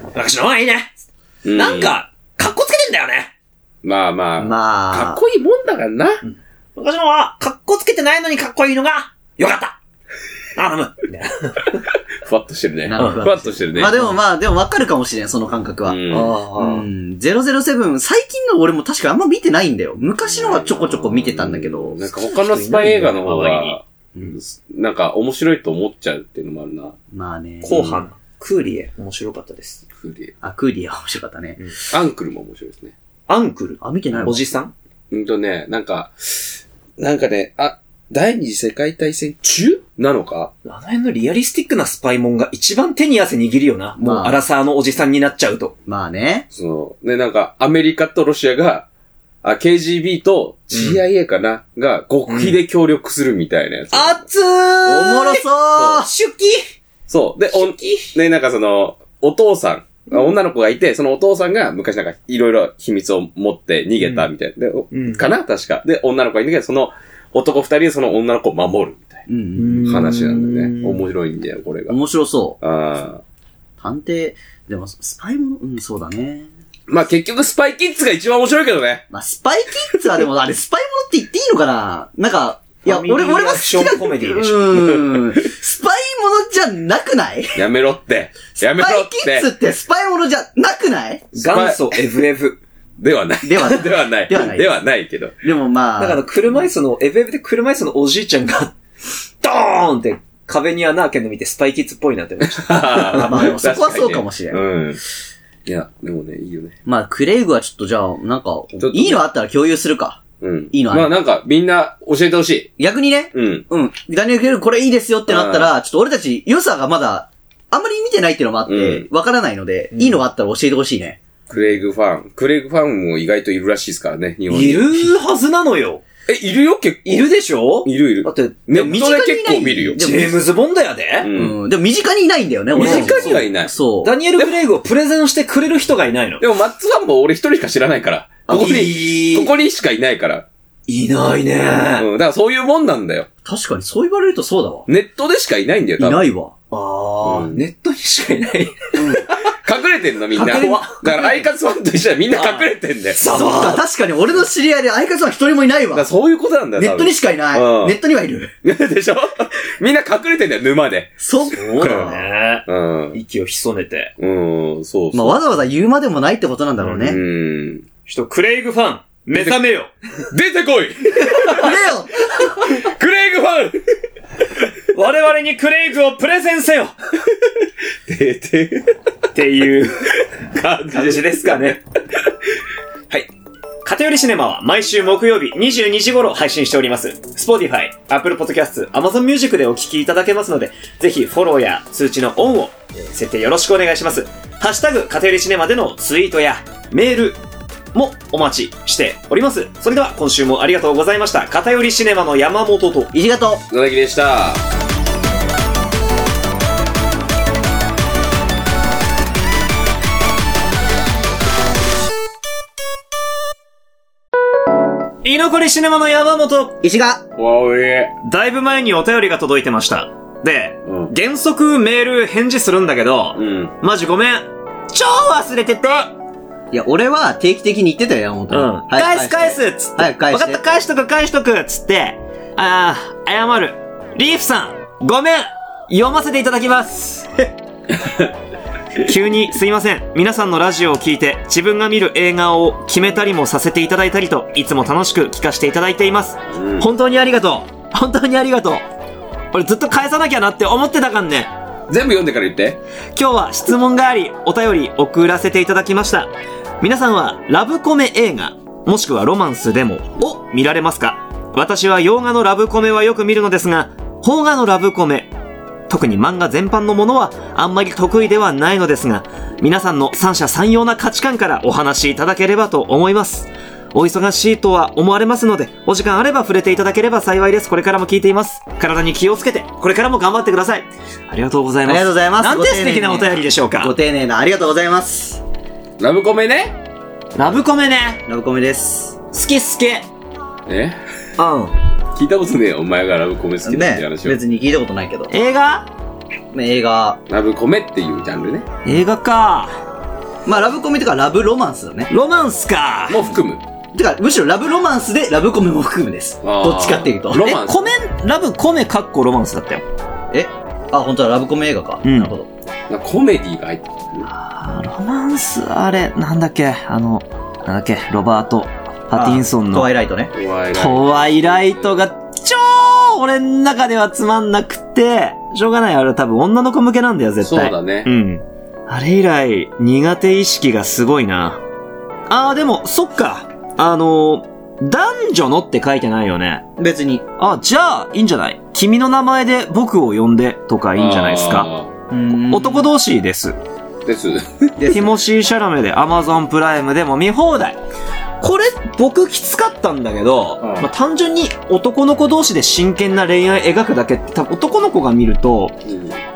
[SPEAKER 3] 私の方がいいね。
[SPEAKER 1] う
[SPEAKER 3] なん、か、かっこつけてんだよね。
[SPEAKER 1] まあまあ、
[SPEAKER 2] まあ、
[SPEAKER 1] かっこいいもんだからな。
[SPEAKER 3] 私の方は、かっこつけてないのにかっこいいのが、よかった。あ、む。みたいな。
[SPEAKER 1] ふわっとしてるね。
[SPEAKER 2] なるほ
[SPEAKER 1] ふ
[SPEAKER 2] ど
[SPEAKER 1] わっとしてるね。
[SPEAKER 2] まあでもまあ、でもわかるかもしれん、その感覚は。
[SPEAKER 1] うん
[SPEAKER 2] うん、007、最近の俺も確かあんま見てないんだよ。昔のはちょこちょこ見てたんだけど。
[SPEAKER 1] なんか他のスパイ映画の方
[SPEAKER 3] 周りに
[SPEAKER 1] が、うんなんか面白いと思っちゃうっていうのもあるな。
[SPEAKER 2] まあね。
[SPEAKER 3] 後半、クーリエ、面白かったです。
[SPEAKER 1] クリエ
[SPEAKER 2] あ、クーリーは面白かったね。
[SPEAKER 1] アンクルも面白いですね。
[SPEAKER 3] アンクル。
[SPEAKER 2] あ、見てないわ
[SPEAKER 3] おじさん
[SPEAKER 1] うんとね、なんか、なんかね、あ、第二次世界大戦中なのか
[SPEAKER 3] あの辺のリアリスティックなスパイモンが一番手に汗握るよな。もう、
[SPEAKER 2] まあ
[SPEAKER 3] アラサーのおじさんになっちゃうと。
[SPEAKER 2] まあね。
[SPEAKER 1] その、ね、なんか、アメリカとロシアが、あ、KGB と CIA かな、が、極秘で協力するみたいなやつ。
[SPEAKER 3] つー
[SPEAKER 2] おもろそう
[SPEAKER 3] 出期
[SPEAKER 1] そう。で、おん、ね、なんかその、お父さん、女の子がいて、そのお父さんが昔なんかいろいろ秘密を持って逃げたみたいな。でお
[SPEAKER 3] うん
[SPEAKER 1] かな確か。で、女の子がいるんだけど、その男二人でその女の子を守るみたい
[SPEAKER 2] うん、
[SPEAKER 1] な話なんだよね。面白いんだよ、これ
[SPEAKER 2] う
[SPEAKER 1] が
[SPEAKER 2] ん。。面白そう。
[SPEAKER 1] ああ。
[SPEAKER 2] 探偵、でも、スパイも、うん、そうだね。
[SPEAKER 1] まあ結局スパイキッズが一番面白いけどね。
[SPEAKER 2] まあ、スパイキッズはで
[SPEAKER 3] (laughs)
[SPEAKER 2] も、あれ、スパイものって言っていいのかななんか、いや、
[SPEAKER 3] ファ
[SPEAKER 2] 俺、
[SPEAKER 3] ミリー
[SPEAKER 2] 俺は
[SPEAKER 3] アクショ
[SPEAKER 2] 好
[SPEAKER 3] ン
[SPEAKER 2] きだ
[SPEAKER 3] コメディでしょ
[SPEAKER 2] うん。スパイものじゃなくない
[SPEAKER 1] やめろって。やめ
[SPEAKER 2] ス
[SPEAKER 1] ろ
[SPEAKER 2] パイ
[SPEAKER 1] っ
[SPEAKER 2] キ
[SPEAKER 1] て
[SPEAKER 2] ッズ。ってスパイものじゃなくない
[SPEAKER 3] 元祖 FF。
[SPEAKER 1] では
[SPEAKER 2] (laughs)
[SPEAKER 1] ない。
[SPEAKER 3] (laughs)
[SPEAKER 2] ではない
[SPEAKER 1] ではない。
[SPEAKER 2] ではない
[SPEAKER 1] ではないけど。
[SPEAKER 2] でもまあ。
[SPEAKER 3] だから、車椅子の、FF で車椅子のおじいちゃんが、ドーンって壁に穴開けるの見てスパイキッズっぽいなって思っちゃっ
[SPEAKER 1] ま
[SPEAKER 2] (laughs) (laughs) まあでもそこはそうかもしれん
[SPEAKER 1] うん。いや、でもね、いいよね。
[SPEAKER 2] まあ、クレイグはちょっとじゃあ、なんか
[SPEAKER 1] っと、ね
[SPEAKER 2] いいのあったら共有するか。
[SPEAKER 1] うん。
[SPEAKER 2] いいのある
[SPEAKER 1] まあなんか、みんな教えてほしい。
[SPEAKER 2] 逆にね、
[SPEAKER 1] うん。
[SPEAKER 2] うん、ダニエル・クレイグこれいいですよってなったら、ちょっと俺たち良さがまだ、あんまり見てないっていうのもあって
[SPEAKER 1] う、
[SPEAKER 2] わからないので、
[SPEAKER 3] ん
[SPEAKER 2] いいのがあったら教えてほしいね。
[SPEAKER 1] クレイグファン。クレイグファンも意外といるらしいですからね、日
[SPEAKER 3] た。
[SPEAKER 1] 本
[SPEAKER 3] い
[SPEAKER 1] に。
[SPEAKER 3] るはずなのよ。
[SPEAKER 1] え、いるよ、結構。
[SPEAKER 3] いるでしょ
[SPEAKER 1] いるいる
[SPEAKER 3] だっ。て、
[SPEAKER 1] ネッ
[SPEAKER 2] 身
[SPEAKER 1] ト
[SPEAKER 2] 近に
[SPEAKER 1] で
[SPEAKER 2] いない
[SPEAKER 1] 結構見るよ。
[SPEAKER 2] で
[SPEAKER 3] ジ
[SPEAKER 2] も
[SPEAKER 3] ェームズ・ボンドやで、
[SPEAKER 1] うん。
[SPEAKER 2] うん。でも身近にいないんだよね、俺たち
[SPEAKER 1] 身近にはいない
[SPEAKER 2] そう。
[SPEAKER 3] ダニエル・クレイグをプレゼンしてくれる人がいないの。
[SPEAKER 1] でも、マッツファンも俺一人しか知らないから。ここに、
[SPEAKER 3] い
[SPEAKER 1] ここにしかいないから。
[SPEAKER 3] いないね。
[SPEAKER 1] うん。だからそういうもんなんだよ。
[SPEAKER 2] 確かにそう言われるとそうだわ。
[SPEAKER 1] ネットでしかいないんだよ、多分。
[SPEAKER 2] いないわ。
[SPEAKER 3] ああ、
[SPEAKER 1] うん
[SPEAKER 3] ネットにしかいない。
[SPEAKER 1] 隠れてんの、みんな。だ
[SPEAKER 3] 隠れ
[SPEAKER 1] から、アイカツファンと一緒だよみんな隠れてんだよ。
[SPEAKER 2] そ
[SPEAKER 3] ざ
[SPEAKER 2] うか、
[SPEAKER 3] わ
[SPEAKER 2] 確かに俺の知り合いで相方は一人もいない
[SPEAKER 1] だから
[SPEAKER 2] わ。
[SPEAKER 1] そういうことなんだよ、
[SPEAKER 2] ネットにしかいない。
[SPEAKER 1] うん
[SPEAKER 2] ネットにはいる。
[SPEAKER 1] 多分 (laughs) でしょみんな隠れてんだよ、沼で。
[SPEAKER 2] そっ
[SPEAKER 3] そう
[SPEAKER 2] か。
[SPEAKER 3] だね。
[SPEAKER 1] うん。
[SPEAKER 3] 息を潜めて。
[SPEAKER 1] うん、そうそう。
[SPEAKER 2] まあ、わざわざ言うまでもないってことなんだろう
[SPEAKER 1] う
[SPEAKER 2] ね。くれよ
[SPEAKER 1] ん。
[SPEAKER 3] ちょっとクレイグファン、目覚めよ。
[SPEAKER 1] 出てこいクレイグファン
[SPEAKER 3] 我々にクレイグをプレゼンせよ
[SPEAKER 1] 出て、
[SPEAKER 3] っていう
[SPEAKER 1] 感
[SPEAKER 3] 感じですかね。はい。偏りシネマは毎週木曜日22時頃配信しております。Spotify、Apple Podcasts、Amazon Music でお聞きいただけますので、ぜひフォローや通知のオンをえー設定よろしくお願いします。ハッシュタグ、偏りシネマでのツイートやメールもお待ちしております。それでは今週もありがとうございました。偏りシネマの山本と、
[SPEAKER 2] いじがとう
[SPEAKER 1] 野崎でした。
[SPEAKER 3] 生き残りシネマの山本。
[SPEAKER 2] 石が、
[SPEAKER 1] わ、おえ。
[SPEAKER 3] だいぶ前にお便りが届いてました。で、
[SPEAKER 1] うん。
[SPEAKER 3] 原則メール返事するんだけど、
[SPEAKER 1] うん。
[SPEAKER 3] マジごめん。超忘れてて
[SPEAKER 2] いや、俺は定期的に言ってたよ、山本。
[SPEAKER 3] うん。
[SPEAKER 2] はい
[SPEAKER 3] 返す返。すっつって。
[SPEAKER 2] 早く返して
[SPEAKER 3] 分かった、返しとく、返しとくっつって。あー、謝る。リーフさん、ごめん読ませていただきます
[SPEAKER 2] (laughs)
[SPEAKER 3] 急にすいません。皆さんのラジオを聞いて、自分が見る映画を決めたりもさせていただいたりと、いつも楽しく聞かせていただいています。
[SPEAKER 1] うん。
[SPEAKER 3] 本当にありがとう。本当にありがとう。俺ずっと返さなきゃなって思ってたかんね。
[SPEAKER 1] 全部読んでから言って。
[SPEAKER 3] 今日は質問があり、お便り送らせていただきました。皆さんは、ラブコメ映画、もしくはロマンスでも、を見られますか私は洋画のラブコメはよく見るのですが、邦画のラブコメ、特に漫画全般のものはあんまり得意ではないのですが、皆さんの三者三様な価値観からお話しいただければと思います。お忙しいとは思われますので、お時間あれば触れていただければ幸いです。これからも聞いています。体に気をつけて、これからも頑張ってください。ありがとうござい
[SPEAKER 2] あ
[SPEAKER 3] ま
[SPEAKER 2] り
[SPEAKER 3] す
[SPEAKER 2] がとうご。ざいます。
[SPEAKER 3] なんて素敵なお便りでしょう
[SPEAKER 2] ご
[SPEAKER 3] か。
[SPEAKER 2] 丁寧な、ありがとうございます。
[SPEAKER 1] ラブコメね
[SPEAKER 3] ラブコメね。
[SPEAKER 2] ラブコメです。
[SPEAKER 3] 好き好き。
[SPEAKER 1] え
[SPEAKER 3] うん。
[SPEAKER 1] 聞いたことねえよお前がラブコメ好きだって
[SPEAKER 2] ね
[SPEAKER 1] 話を。
[SPEAKER 2] 別に聞いたことないけど。
[SPEAKER 3] 映画
[SPEAKER 2] ね映画。
[SPEAKER 1] ラブコメっていうジャンルね。
[SPEAKER 3] 映画か。
[SPEAKER 2] まあ、ラブコメとかラブロマンスだね。
[SPEAKER 3] ロマンスか。
[SPEAKER 1] もう含む。
[SPEAKER 2] てか、むしろラブロマンスでラブコメも含むです。
[SPEAKER 1] あー
[SPEAKER 2] どっちかっていうと。
[SPEAKER 1] ロマンス
[SPEAKER 3] えコメ、ラブコメかっこロマンスだったよ。
[SPEAKER 2] えあ、本当はラブコメ映画か。
[SPEAKER 3] うん
[SPEAKER 2] なるほど。
[SPEAKER 1] なんかコメディが入ってる。
[SPEAKER 3] あーロマンス、あれ、なんだっけ、あの、なんだっけ、ロバート・パティンソン
[SPEAKER 2] あト
[SPEAKER 3] の
[SPEAKER 2] ワイライトね。
[SPEAKER 1] お前
[SPEAKER 3] トワイライトが超俺の中ではつまんなくて、しょうがない、あれ多分女の子向けなんだよ、絶
[SPEAKER 1] そう
[SPEAKER 3] 対。
[SPEAKER 1] だね
[SPEAKER 3] う。ん。あれ以来、苦手意識がすごいな。あー、でも、そっか。あのー、男女のって書いてないよね。
[SPEAKER 2] 別に。
[SPEAKER 3] あ、じゃあ、いいんじゃない君の名前で僕を呼んでとかいいんじゃないですか。
[SPEAKER 1] あ
[SPEAKER 3] 男同士です。
[SPEAKER 1] ー。です。
[SPEAKER 2] です
[SPEAKER 3] ティモシー・シャラメで Amazon プライムでも見放題。これ、僕きつかったんだけど、
[SPEAKER 1] うん
[SPEAKER 3] まあ、単純に男の子同士で真剣な恋愛描くだけって多分男の子が見ると、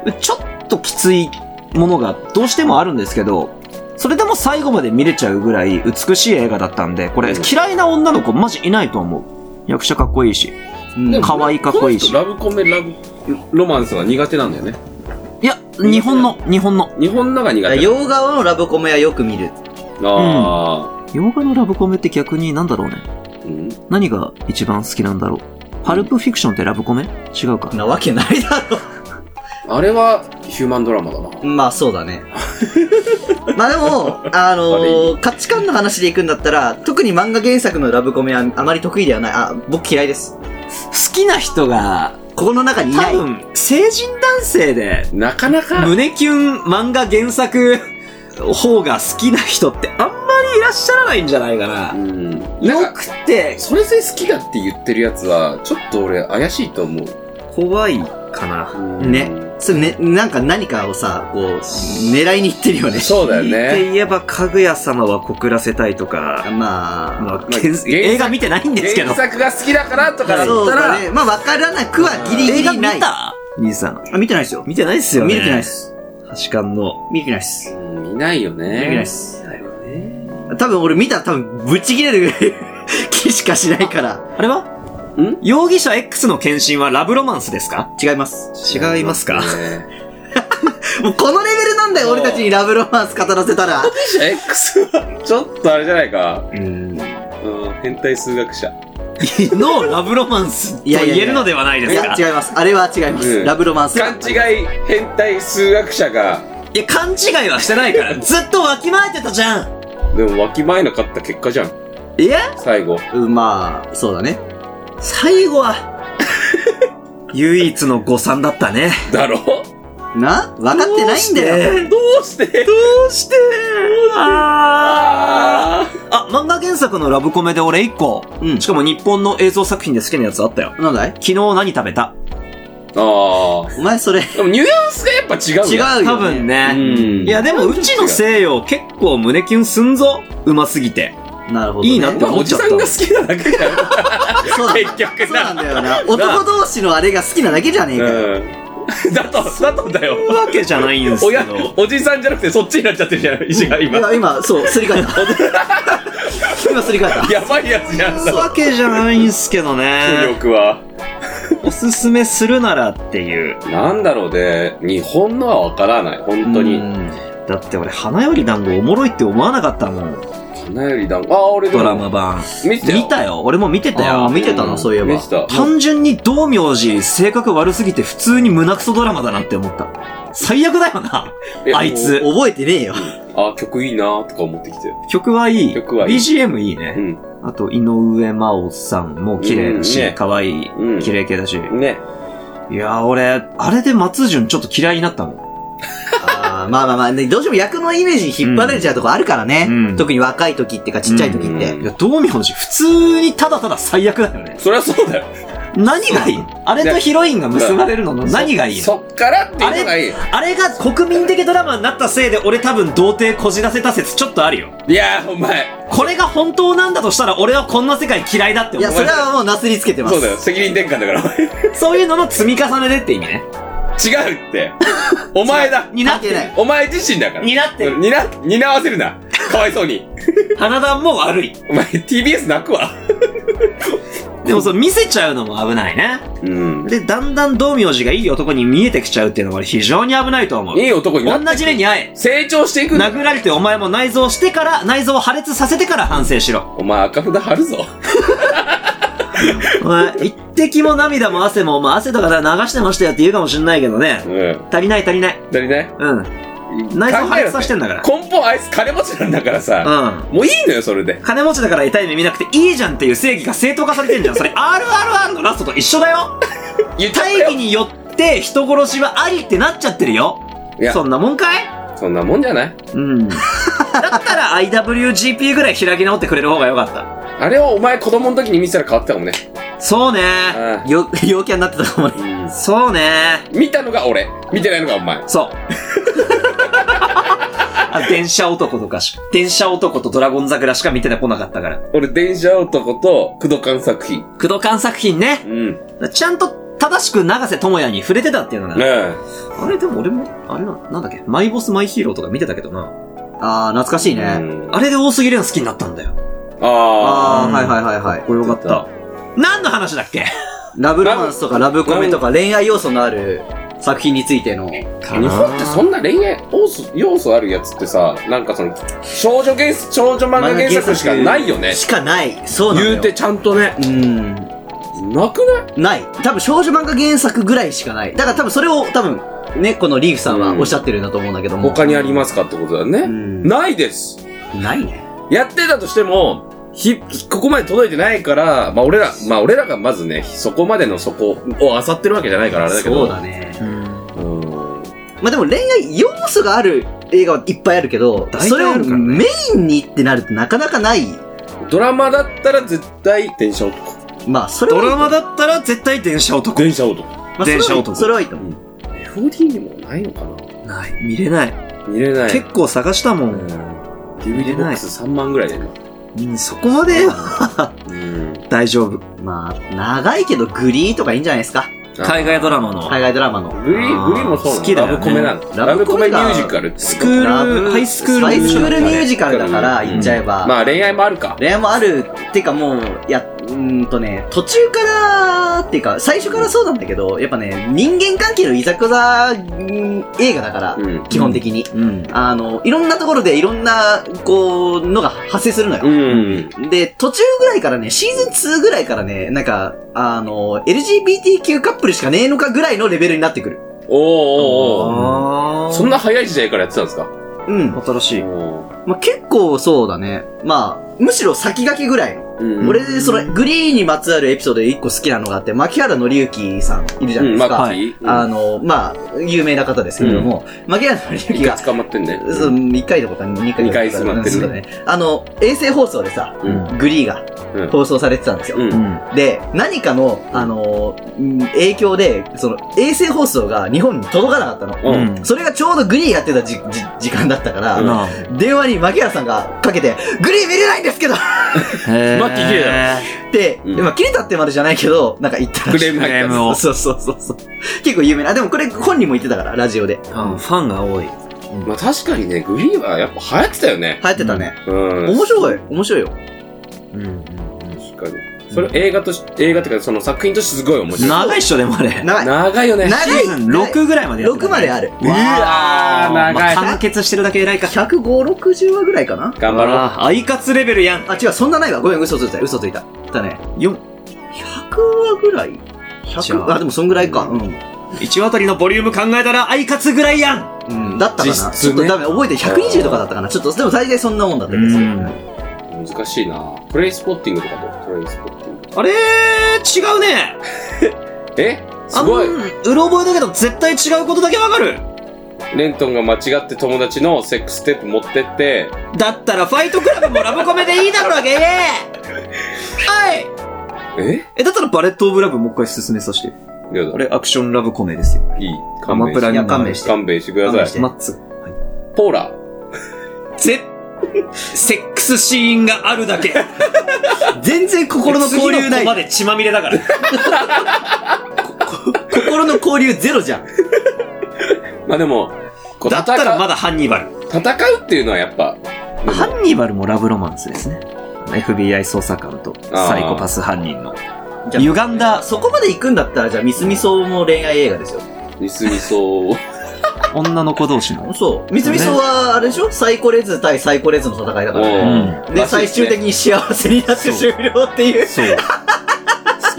[SPEAKER 1] うん
[SPEAKER 3] ちょっときついものがどうしてもあるんですけど、それでも最後まで見れちゃうぐらい美しい映画だったんで、これ
[SPEAKER 1] うん
[SPEAKER 3] 嫌いな女の子マジいないと思う。役者かっこいいし。
[SPEAKER 2] うん
[SPEAKER 3] かわいいかっこいいし
[SPEAKER 1] の人ラブコメ、ラブ、ロマンスが苦手なんだよね。
[SPEAKER 3] いや、日本の、日本の。
[SPEAKER 1] 日本のが苦
[SPEAKER 2] だから
[SPEAKER 1] 手。
[SPEAKER 2] 洋画のラブコメはよく見る。
[SPEAKER 1] ああ。
[SPEAKER 3] 洋画のラブコメって逆になんだろうね。
[SPEAKER 1] うん。
[SPEAKER 3] 何が一番好きなんだろう。パルプフィクションってラブコメ違うか。
[SPEAKER 2] なわけないだろ。
[SPEAKER 1] あれはヒューマンドラマだな。
[SPEAKER 2] まあそうだね。 (laughs) まあでも、あのー価値観の話でいくんだったら、特に漫画原作のラブコメはあまり得意ではない。あ、僕嫌いです。
[SPEAKER 3] 好きな人が、
[SPEAKER 2] ここの中にい
[SPEAKER 3] 多
[SPEAKER 2] ない。
[SPEAKER 3] 分、成人男性で、
[SPEAKER 1] なかなか、
[SPEAKER 3] 胸キュン漫画原作方が好きな人ってあんまりいらっしゃらないんじゃないかな
[SPEAKER 1] う。ん。なんか、
[SPEAKER 3] よくて、
[SPEAKER 1] それで好きだって言ってるやつは、ちょっと俺怪しいと思う。
[SPEAKER 3] 怖いかな。
[SPEAKER 1] うん
[SPEAKER 2] ね。そうね、なんか何かをさ、こう、狙いにいってるよね。
[SPEAKER 1] そうだよ
[SPEAKER 3] って
[SPEAKER 1] ね。
[SPEAKER 3] 言えば、かぐや様は告らせたいとか、
[SPEAKER 2] まあ、
[SPEAKER 3] まあ、原
[SPEAKER 1] 原作
[SPEAKER 3] 映画見てないんですけど
[SPEAKER 1] 原。作が好きだからとかだ
[SPEAKER 2] そう
[SPEAKER 1] ったら
[SPEAKER 2] だ、ね。まあ分からなくはギリギ
[SPEAKER 3] 映画
[SPEAKER 2] リ
[SPEAKER 3] 見
[SPEAKER 2] ない。
[SPEAKER 3] た兄さん。
[SPEAKER 2] あ、見てないですよ。
[SPEAKER 3] 見てないっすよね。
[SPEAKER 2] 見れてないっ。す。
[SPEAKER 3] 橋勘の。
[SPEAKER 2] 見れてないっす。
[SPEAKER 1] うん見ないよね。
[SPEAKER 2] 見れてないっす。
[SPEAKER 1] だよね。
[SPEAKER 2] 多分俺見たら多分ぶち切れる (laughs) 気しかしないから。
[SPEAKER 3] あれは
[SPEAKER 1] ん
[SPEAKER 3] 容疑者 X の献身はラブロマンスですか
[SPEAKER 2] 違います。
[SPEAKER 3] 違いますか
[SPEAKER 1] ね
[SPEAKER 2] もうこのレベルなんだよ、
[SPEAKER 1] そう
[SPEAKER 2] 俺たちにラブロマンス語らせたら。
[SPEAKER 1] じゃあ X は、ちょっとあれじゃないか。
[SPEAKER 3] うん。
[SPEAKER 1] うん、変態数学者。
[SPEAKER 3] (laughs) のラブロマンスと言えるのではないで
[SPEAKER 2] い
[SPEAKER 3] す
[SPEAKER 2] や、
[SPEAKER 3] か。
[SPEAKER 2] 違います。あれは違いま
[SPEAKER 1] う
[SPEAKER 2] す。
[SPEAKER 1] ん
[SPEAKER 2] ラブロマンス。
[SPEAKER 1] 勘違い変態数学者が、
[SPEAKER 3] いや、勘違いはしてないから、ずっとわきまえてたじゃん
[SPEAKER 1] でもわきまえなかった結果じゃん。
[SPEAKER 3] いや
[SPEAKER 1] 最後。
[SPEAKER 2] うん、まあ、そうだね。
[SPEAKER 3] 最後は、 (laughs) 唯一の誤算だったね。
[SPEAKER 1] だろ
[SPEAKER 2] な分かってないんだよ。
[SPEAKER 3] よ。
[SPEAKER 1] どうして
[SPEAKER 3] どうしてあ
[SPEAKER 1] あ
[SPEAKER 3] ーあ、漫画原作のラブコメで俺一個、
[SPEAKER 2] うん
[SPEAKER 3] し。かも日本の映像作品で好きなやつあったよ。
[SPEAKER 2] なんだい
[SPEAKER 3] 昨日何食べた
[SPEAKER 1] ーあ
[SPEAKER 2] お前それ、
[SPEAKER 1] ー。でもニュアンスがやっぱ違う
[SPEAKER 2] 違う
[SPEAKER 1] よ。
[SPEAKER 2] よ、ね。
[SPEAKER 3] 多分。
[SPEAKER 1] う
[SPEAKER 3] ね。
[SPEAKER 1] ん。
[SPEAKER 3] いや、でもうちの西洋結構胸キュンすんぞ。うますぎて。
[SPEAKER 2] なるほど、ね。
[SPEAKER 3] いいなって
[SPEAKER 1] まあ、おじさんが好きなだけじゃん。
[SPEAKER 2] そうなんだ
[SPEAKER 1] 結局
[SPEAKER 2] そうなん
[SPEAKER 1] な。
[SPEAKER 2] だよな。男同士のあれが好きなだけじゃねえかよ。
[SPEAKER 1] うん。 (laughs) だと、だとだよ。
[SPEAKER 3] わけじゃないんですけ
[SPEAKER 1] 親
[SPEAKER 3] ど、。
[SPEAKER 1] おじさんじゃなくてそっちになっちゃってるじゃん、石が
[SPEAKER 2] いや
[SPEAKER 1] 今。、
[SPEAKER 2] 今、そう、すり替えた。
[SPEAKER 3] (laughs)
[SPEAKER 2] 今、すり替えた。
[SPEAKER 1] やばいやつじゃん、その
[SPEAKER 3] わけじゃないんですけど
[SPEAKER 1] 浮
[SPEAKER 3] ね。
[SPEAKER 1] 力は。
[SPEAKER 3] おすすめするならっていう。
[SPEAKER 1] なんだろうね。日本のはわからない。本当に。
[SPEAKER 3] うんだって俺、花より団子おもろいって思わなかったもん。
[SPEAKER 1] 花より団子。あ、俺で
[SPEAKER 3] ド
[SPEAKER 1] も
[SPEAKER 3] ラマ版。
[SPEAKER 1] 見てたよ
[SPEAKER 3] 見たよ。俺も見てた
[SPEAKER 2] あー
[SPEAKER 3] よ。
[SPEAKER 2] 見てたの、そういえば
[SPEAKER 1] 見。てた。
[SPEAKER 3] 単純に道明寺、性格悪すぎて普通に胸クソドラマだなって思った。最悪だよな。
[SPEAKER 1] や
[SPEAKER 3] あいつ (laughs)
[SPEAKER 1] もう
[SPEAKER 2] 覚えてねえよ。
[SPEAKER 1] あ、曲いいなとか思ってきて。
[SPEAKER 3] 曲はいい。
[SPEAKER 1] 曲はいい
[SPEAKER 3] BGM いいね。
[SPEAKER 1] うん。
[SPEAKER 3] あと、井上真央さんも綺麗だ
[SPEAKER 1] うんね
[SPEAKER 3] し、可愛、い
[SPEAKER 1] うん
[SPEAKER 3] 綺麗系だし。
[SPEAKER 1] ね。
[SPEAKER 3] いやー、俺、あれで松潤ちょっと嫌いになったもん。
[SPEAKER 2] あーまあまあまあ、ね、どうしても役のイメージに引っ張られちゃうとこあるからね。
[SPEAKER 3] うん
[SPEAKER 2] 特に若い時っていうかちっちゃい時って。
[SPEAKER 1] うん
[SPEAKER 3] いや、道明寺、普通にただただ最悪だよね。
[SPEAKER 1] そりゃそうだよ。
[SPEAKER 3] 何がいいあれとヒロインが結ばれるのの何がいい
[SPEAKER 1] そっからっていうのがいい。
[SPEAKER 3] あれが国民的ドラマになったせいで俺多分童貞こじらせた説ちょっとあるよ。
[SPEAKER 1] いやー、お前。
[SPEAKER 3] これが本当なんだとしたら俺はこんな世界嫌いだって
[SPEAKER 2] い
[SPEAKER 3] 思
[SPEAKER 2] や、
[SPEAKER 3] う。
[SPEAKER 2] それはもうなすりつけてます。
[SPEAKER 1] そうだよ。責任転換だから、お前。
[SPEAKER 3] そういうのの積み重ねでって意味ね。
[SPEAKER 1] 違う (laughs) って。お前だ。
[SPEAKER 3] になって
[SPEAKER 2] 関係
[SPEAKER 3] る
[SPEAKER 2] な。
[SPEAKER 1] お前自身だから。
[SPEAKER 3] 担ってる
[SPEAKER 1] うん担、担わせるな。かわいそうに。
[SPEAKER 3] 花壇も悪い。
[SPEAKER 1] お前、TBS 泣くわ。
[SPEAKER 3] でもそう見せちゃうのも危ないね。
[SPEAKER 1] うん。
[SPEAKER 3] で、だんだん道明寺がいい男に見えてきちゃうっていうのは非常に危ないと思う。
[SPEAKER 1] いい男になって
[SPEAKER 3] 同じ目に会え。
[SPEAKER 1] 成長していくんだ。
[SPEAKER 3] 殴られてお前も内臓してから、内臓を破裂させてから反省しろ。
[SPEAKER 1] お前赤札貼るぞ。
[SPEAKER 3] お前、一滴も涙も汗も、まあ汗とか流してましたよって言うかもしんないけどね
[SPEAKER 1] う。ん。
[SPEAKER 3] 足りない足りない。
[SPEAKER 1] 足りない
[SPEAKER 3] うん。内臓破裂させてんだから。
[SPEAKER 1] 根本あいつ金持ちなんだからさ。
[SPEAKER 3] うん。
[SPEAKER 1] もういいのよ、それで。
[SPEAKER 3] 金持ちだから痛い目見なくていいじゃんっていう正義が正当化されてんじゃん。それ RRR のラストと一緒だよ。
[SPEAKER 1] 言った
[SPEAKER 3] 大
[SPEAKER 1] よ
[SPEAKER 3] 義によって人殺しはありってなっちゃってるよ
[SPEAKER 1] いや。
[SPEAKER 3] そんなもんかい
[SPEAKER 1] そんなもんじゃない
[SPEAKER 3] うん。だったら IWGP ぐらい開き直ってくれる方がよかった。
[SPEAKER 1] あれをお前子供の時に見せたら変わってたかもね。
[SPEAKER 3] そうね。
[SPEAKER 2] よ、
[SPEAKER 3] (laughs)
[SPEAKER 2] 陽キャになってたかもね。
[SPEAKER 1] う
[SPEAKER 3] そうね。
[SPEAKER 1] ん。見たのが俺。見てないのがお前。
[SPEAKER 3] そう。あ電車男とかし、電車男とドラゴン桜しか見てこなかったから。
[SPEAKER 1] 俺、電車男と、工藤館作品。
[SPEAKER 3] 工藤館作品ね。
[SPEAKER 1] うん。
[SPEAKER 3] ちゃんと正しく永瀬智也に触れてたっていうのが、
[SPEAKER 1] ねえ。
[SPEAKER 3] あれでも俺も、あれな、なんだっけ、マイボスマイヒーローとか見てたけどな。
[SPEAKER 2] あー、懐かしいね。
[SPEAKER 1] うん
[SPEAKER 3] あれで大杉蓮好きになったんだよ。
[SPEAKER 1] あ
[SPEAKER 2] あー、はいはいはいは
[SPEAKER 3] か
[SPEAKER 2] い
[SPEAKER 3] っ。こよかった。何の話だっけ
[SPEAKER 2] ラブロマンスとかラブコメとか恋愛要素のある作品についての。
[SPEAKER 1] あ。日本ってそんな恋愛要素要素あるやつってさ、なんかその、少女原少女漫画原作しかないよね。
[SPEAKER 2] しかない。そうなの
[SPEAKER 1] 言
[SPEAKER 2] よ。
[SPEAKER 1] うてちゃんとね。
[SPEAKER 2] うん。
[SPEAKER 1] なくない
[SPEAKER 2] ない。多分少女漫画原作ぐらいしかない。だから多分それを多分ね、このリーフさんはおっしゃってるんだと思うんだけども。
[SPEAKER 1] 他にありますかってことだ
[SPEAKER 2] う
[SPEAKER 1] ね。
[SPEAKER 2] ん
[SPEAKER 1] ないです。
[SPEAKER 2] ないね。
[SPEAKER 1] やってたとしても、ひ、ここまで届いてないから、まあ俺ら、まあ俺らがまずね、そこまでのそこを漁ってるわけじゃないからあれだけど。
[SPEAKER 2] そうだね。
[SPEAKER 1] うん。
[SPEAKER 2] まあでも恋愛要素がある映画はいっぱいあるけど、
[SPEAKER 3] 大
[SPEAKER 2] それ
[SPEAKER 3] 体
[SPEAKER 2] を
[SPEAKER 3] あるからね
[SPEAKER 2] メインにってなるとなかなかない。
[SPEAKER 1] ドラマだったら絶対、電車男。
[SPEAKER 2] まあそれ
[SPEAKER 3] ド
[SPEAKER 2] はいい
[SPEAKER 3] ラマだったら絶対電車男。
[SPEAKER 1] 電車男。
[SPEAKER 2] まあそれはいい
[SPEAKER 3] 電車男
[SPEAKER 2] それはいいと思う。
[SPEAKER 1] FOD にもないのか
[SPEAKER 3] ない。見れない。
[SPEAKER 1] な見れない。
[SPEAKER 3] 結構探したもん。
[SPEAKER 1] DVD ボックス3万ぐらいだよね。
[SPEAKER 3] うん、そこまでは
[SPEAKER 1] うん。
[SPEAKER 3] 大丈夫。
[SPEAKER 2] まあ、長いけどグリーとかいいんじゃないですか。
[SPEAKER 3] 海外ドラマの。
[SPEAKER 2] 海外ドラマの。
[SPEAKER 1] グリーン、グリーンもそうなの
[SPEAKER 3] 好きだよね
[SPEAKER 1] ラブコメなの。ラ
[SPEAKER 2] ラ
[SPEAKER 1] ブ
[SPEAKER 2] ブ
[SPEAKER 1] コ
[SPEAKER 2] コ
[SPEAKER 1] メ
[SPEAKER 2] メ
[SPEAKER 1] ミ
[SPEAKER 2] が
[SPEAKER 1] ュージカルってこと
[SPEAKER 3] スクール
[SPEAKER 2] ラブ
[SPEAKER 3] ハイスクール
[SPEAKER 2] ハイスクールミュージカルだから言っちゃえば。
[SPEAKER 1] まあ恋愛もあるか。
[SPEAKER 2] 恋愛もあるっていうかもう、いや、うーんとね、途中からっていうか、最初からそうなんだけど、やっぱね、人間関係のいざこざうん映画だから、
[SPEAKER 1] うん。
[SPEAKER 2] 基本的に。
[SPEAKER 3] うん。
[SPEAKER 2] あの、いろんなところでいろんな、こう、のが発生するの
[SPEAKER 1] う
[SPEAKER 2] よ。
[SPEAKER 1] ん。
[SPEAKER 2] で、途中ぐらいからね、シーズン2ぐらいからね、なんか、あの、LGBTQ カップルしかねえのかぐらいのレベルになってくる。
[SPEAKER 1] おーおーお
[SPEAKER 3] あ
[SPEAKER 1] ー
[SPEAKER 3] ー
[SPEAKER 1] そんな早い時代からやってたんですか
[SPEAKER 2] うん。
[SPEAKER 3] 新しい。
[SPEAKER 2] まあ、結構そうだね。まあ、むしろ先駆けぐらいの。
[SPEAKER 1] うん
[SPEAKER 2] 俺、その、グリーンにまつわるエピソードで一個好きなのがあって、牧原紀之さんいるじゃないです
[SPEAKER 1] うん、ま
[SPEAKER 2] か。
[SPEAKER 1] あ、はい。
[SPEAKER 2] あの、まあ、有名な方ですけれども、牧原紀
[SPEAKER 1] い
[SPEAKER 2] 之
[SPEAKER 1] が
[SPEAKER 2] が、
[SPEAKER 1] 捕まってんだよ。
[SPEAKER 2] そう一回のことか二回
[SPEAKER 1] 二回座ってるね
[SPEAKER 2] そうだね。あの、衛星放送でさ、
[SPEAKER 1] うん。
[SPEAKER 2] グリーが
[SPEAKER 1] うん
[SPEAKER 2] 放送されてたんですよ。
[SPEAKER 1] うん。
[SPEAKER 3] ん。
[SPEAKER 2] で、何かの、あの、うん影響で、その、衛星放送が日本に届かなかったの。
[SPEAKER 1] うん。
[SPEAKER 2] それがちょうどグリーやってたじじ時間だったから、
[SPEAKER 1] うん
[SPEAKER 3] なあ
[SPEAKER 2] 電話に牧原さんがかかけて、グリーン見れないんですけどっ
[SPEAKER 4] へー
[SPEAKER 1] マッキー綺麗だ
[SPEAKER 2] て、
[SPEAKER 1] うん
[SPEAKER 2] でまあ切れたってまでじゃないけど、なんか言ったらし
[SPEAKER 1] ク
[SPEAKER 2] い
[SPEAKER 1] レーム入った
[SPEAKER 4] クレームを
[SPEAKER 2] (laughs) そうそうそうそう。結構有名な。でもこれ本人も言ってたから、ラジオで。
[SPEAKER 3] うん、ファンが多い。
[SPEAKER 1] まあ確かにね、グリーンはやっぱ流行ってたよね。
[SPEAKER 2] 流行ってたね。
[SPEAKER 1] うん。
[SPEAKER 2] 面白い。面白いよ。
[SPEAKER 3] うん、うん、
[SPEAKER 1] 確かに。それ映画とし、映画っていうかその作品としてすごい面
[SPEAKER 3] うん。
[SPEAKER 1] 白い。
[SPEAKER 3] 長いっしょ、でもあれ。
[SPEAKER 2] 長い。
[SPEAKER 1] 長いよね。
[SPEAKER 2] 長い
[SPEAKER 3] シーズン6ぐらいまでやって
[SPEAKER 2] 6まであ
[SPEAKER 3] る。
[SPEAKER 2] る。
[SPEAKER 1] うわー、
[SPEAKER 3] ま
[SPEAKER 1] 長
[SPEAKER 3] あ
[SPEAKER 1] い。
[SPEAKER 3] 完結してるだけ偉いか。
[SPEAKER 2] 105、60話ぐらいかな
[SPEAKER 1] 頑張ろう。
[SPEAKER 3] あーアイカツレベルやん。
[SPEAKER 2] あ、違う、そんなないわ。ごめん、嘘ついた。嘘ついた。だね。
[SPEAKER 3] 4、
[SPEAKER 2] 100話ぐらい
[SPEAKER 3] じゃ
[SPEAKER 2] ?100
[SPEAKER 3] あ
[SPEAKER 2] あ、でもそんぐらいか。うん。
[SPEAKER 3] 1話あたりのボリューム考えたらアイカツぐらいやん。
[SPEAKER 2] うん、だったかな。
[SPEAKER 1] 実質ね
[SPEAKER 2] ちょっとダメ、覚えて120とかだったかな。ちょっと、でも大体そんなもんだったけど。
[SPEAKER 3] ん。
[SPEAKER 1] 難しいなトレインスポッティングとかも、トレインスポッティング。
[SPEAKER 3] あれー、違うね。
[SPEAKER 1] えすごい
[SPEAKER 3] あんうろ覚えだけど絶対違うことだけわかる。
[SPEAKER 1] レントンが間違って友達のセックステープ持ってって、
[SPEAKER 3] だったらファイトクラブもラブコメでいいだろうが、ゲーはい
[SPEAKER 1] え
[SPEAKER 3] え、だったらバレットオブラブもう一回進めさせて。
[SPEAKER 1] いやだ
[SPEAKER 3] あれ、アクションラブコメですよ。
[SPEAKER 1] いい。
[SPEAKER 3] ア
[SPEAKER 1] 勘
[SPEAKER 3] マ
[SPEAKER 1] 弁
[SPEAKER 3] プ
[SPEAKER 1] して。
[SPEAKER 3] ラにも
[SPEAKER 2] いや勘弁して
[SPEAKER 1] 勘弁してくだ
[SPEAKER 2] 勘
[SPEAKER 1] さ
[SPEAKER 2] 弁
[SPEAKER 1] い
[SPEAKER 2] し。て
[SPEAKER 3] マッツ。
[SPEAKER 1] ポーラ。
[SPEAKER 3] ぜ、セックスシーンがある
[SPEAKER 4] (laughs)
[SPEAKER 3] だけ。
[SPEAKER 2] 全然心の交流な
[SPEAKER 3] 次の子ま
[SPEAKER 2] い。
[SPEAKER 3] で血まみ
[SPEAKER 4] (laughs)
[SPEAKER 3] れだから。
[SPEAKER 2] 心の交流ゼロじゃん。
[SPEAKER 1] まあでも、こう
[SPEAKER 3] だったらま
[SPEAKER 1] 戦
[SPEAKER 3] だハンニバル。
[SPEAKER 1] う戦うっていうのはやっぱ、
[SPEAKER 4] ハンニバルもラブロマンスですね。FBI 捜査官と
[SPEAKER 1] あー
[SPEAKER 4] サイコパス犯人の。
[SPEAKER 2] じゃあ
[SPEAKER 3] 歪んだ、
[SPEAKER 2] そこまで行くんだったら、じゃあ、ミスミソウも恋愛映画ですよ。
[SPEAKER 1] ミスミソを。
[SPEAKER 4] 女の子同士の。
[SPEAKER 2] そう。ミスミソウは、あれでしょサイコレズ対サイコレズの戦いだから
[SPEAKER 1] う
[SPEAKER 4] う
[SPEAKER 2] ね。
[SPEAKER 4] ん。
[SPEAKER 2] で、最終的に幸せになって終了ってい
[SPEAKER 1] (laughs)
[SPEAKER 2] う。
[SPEAKER 4] そう。
[SPEAKER 1] に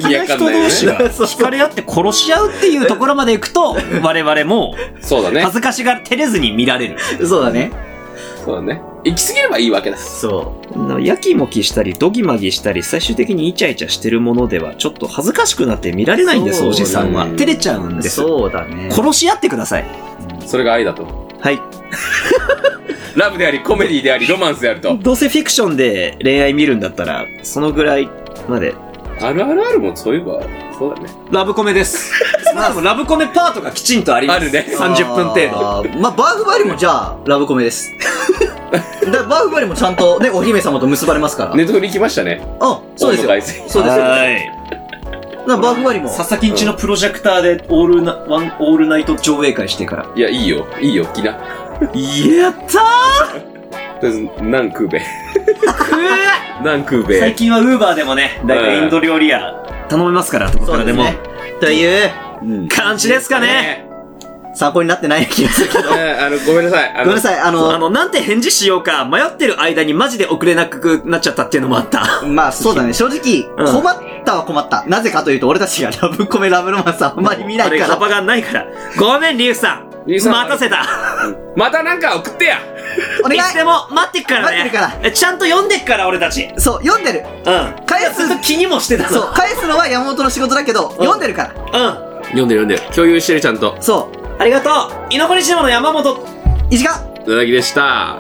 [SPEAKER 1] 意味わかんないよね。
[SPEAKER 2] が
[SPEAKER 4] 惹かれ合って殺し合うっていうところまで行く
[SPEAKER 3] (laughs)
[SPEAKER 4] と、我々も
[SPEAKER 1] そうだね
[SPEAKER 4] 恥。ずかしが照れずに見られる。
[SPEAKER 2] そうだね。
[SPEAKER 1] そうだね。行き過ぎればいいわけだ。
[SPEAKER 2] そ
[SPEAKER 4] やきもきしたり、どぎまぎしたり、最終的にイチャイチャしてるものでは、ちょっと恥ずかしくなって見られないんです、
[SPEAKER 2] そう
[SPEAKER 4] お
[SPEAKER 2] だね
[SPEAKER 4] じさんは。照れちゃうん
[SPEAKER 2] う。
[SPEAKER 4] です。
[SPEAKER 2] そうだね。
[SPEAKER 4] 殺し合ってください。
[SPEAKER 1] それが愛だと。
[SPEAKER 4] はい。
[SPEAKER 1] (laughs) ラブであり、コメディであり、ロマンスであると。
[SPEAKER 4] どうせフィクションで恋愛見るんだったら、そのぐらいまで。
[SPEAKER 1] あるあるあるもそういえば、そうだね。
[SPEAKER 3] ラブコメ (laughs) です。まあでもラブコメパートがきちんとあります。
[SPEAKER 1] あるね
[SPEAKER 3] 30分程度。
[SPEAKER 2] 度。まあ、バーフバリもじゃあ、ラブコメです。 (laughs) だバーフバリもちゃんとね、お姫様と結ばれますから。
[SPEAKER 1] ネットフリ来ましたね。
[SPEAKER 2] うん、そうですよ
[SPEAKER 1] 大。戦
[SPEAKER 2] そうですよ。だか
[SPEAKER 4] はい。
[SPEAKER 2] らバーフバリも。
[SPEAKER 3] 佐々木んちのプロジェクターでオールナ、ワン、オールナイト上映会してから。
[SPEAKER 1] いや、いいよ。いいよ、きな。
[SPEAKER 3] やった
[SPEAKER 4] (laughs)
[SPEAKER 1] とりあえず、ナンクー (laughs) ベ。
[SPEAKER 3] ー
[SPEAKER 1] ナンクー
[SPEAKER 3] 最
[SPEAKER 1] ベ。
[SPEAKER 3] 近はウーバーでもね、だいたいインド料理屋、
[SPEAKER 4] 頼みますから、どこ
[SPEAKER 2] そ
[SPEAKER 4] か
[SPEAKER 2] う
[SPEAKER 4] ら
[SPEAKER 2] で
[SPEAKER 4] ですも。
[SPEAKER 2] ね。という、
[SPEAKER 1] うん。
[SPEAKER 3] 感じですかね。
[SPEAKER 2] 参考になってない気がするけど。
[SPEAKER 1] えーあの、ごめんなさい。あ
[SPEAKER 2] ごめん
[SPEAKER 1] の
[SPEAKER 2] な、さい、あ
[SPEAKER 3] あ
[SPEAKER 2] の、
[SPEAKER 3] の、なんて返事しようか、迷ってる間にマジで遅れなくなっちゃったっていうのもあった。
[SPEAKER 2] まあそうだね、正直、
[SPEAKER 3] うん
[SPEAKER 2] 困ったは困った。なぜかというと、俺たちが (laughs) ラブコメ、ラブロマンスあんまり見な
[SPEAKER 3] あ
[SPEAKER 2] い
[SPEAKER 3] れ、
[SPEAKER 2] か
[SPEAKER 3] カ
[SPEAKER 2] ら。
[SPEAKER 3] パがないから。ごめん、リュウさん。
[SPEAKER 1] リュウさん
[SPEAKER 3] 待たせた。
[SPEAKER 1] うんまたなんか送ってや
[SPEAKER 2] お願い
[SPEAKER 3] いつでも待ってっからね。
[SPEAKER 2] 待ってるから
[SPEAKER 3] えちゃんと読んでっから、俺たち。うん。
[SPEAKER 2] そう、読んでる。返す
[SPEAKER 3] ずっと気にもしてたの。
[SPEAKER 2] そう、返すのは山本の仕事だけど、読んでるから。
[SPEAKER 3] うん。
[SPEAKER 1] 読んでる読んでる。共有してる、ちゃんと。
[SPEAKER 2] そう、
[SPEAKER 3] ありがとう。猪子西島の山本。
[SPEAKER 2] 石川
[SPEAKER 1] うなぎでした。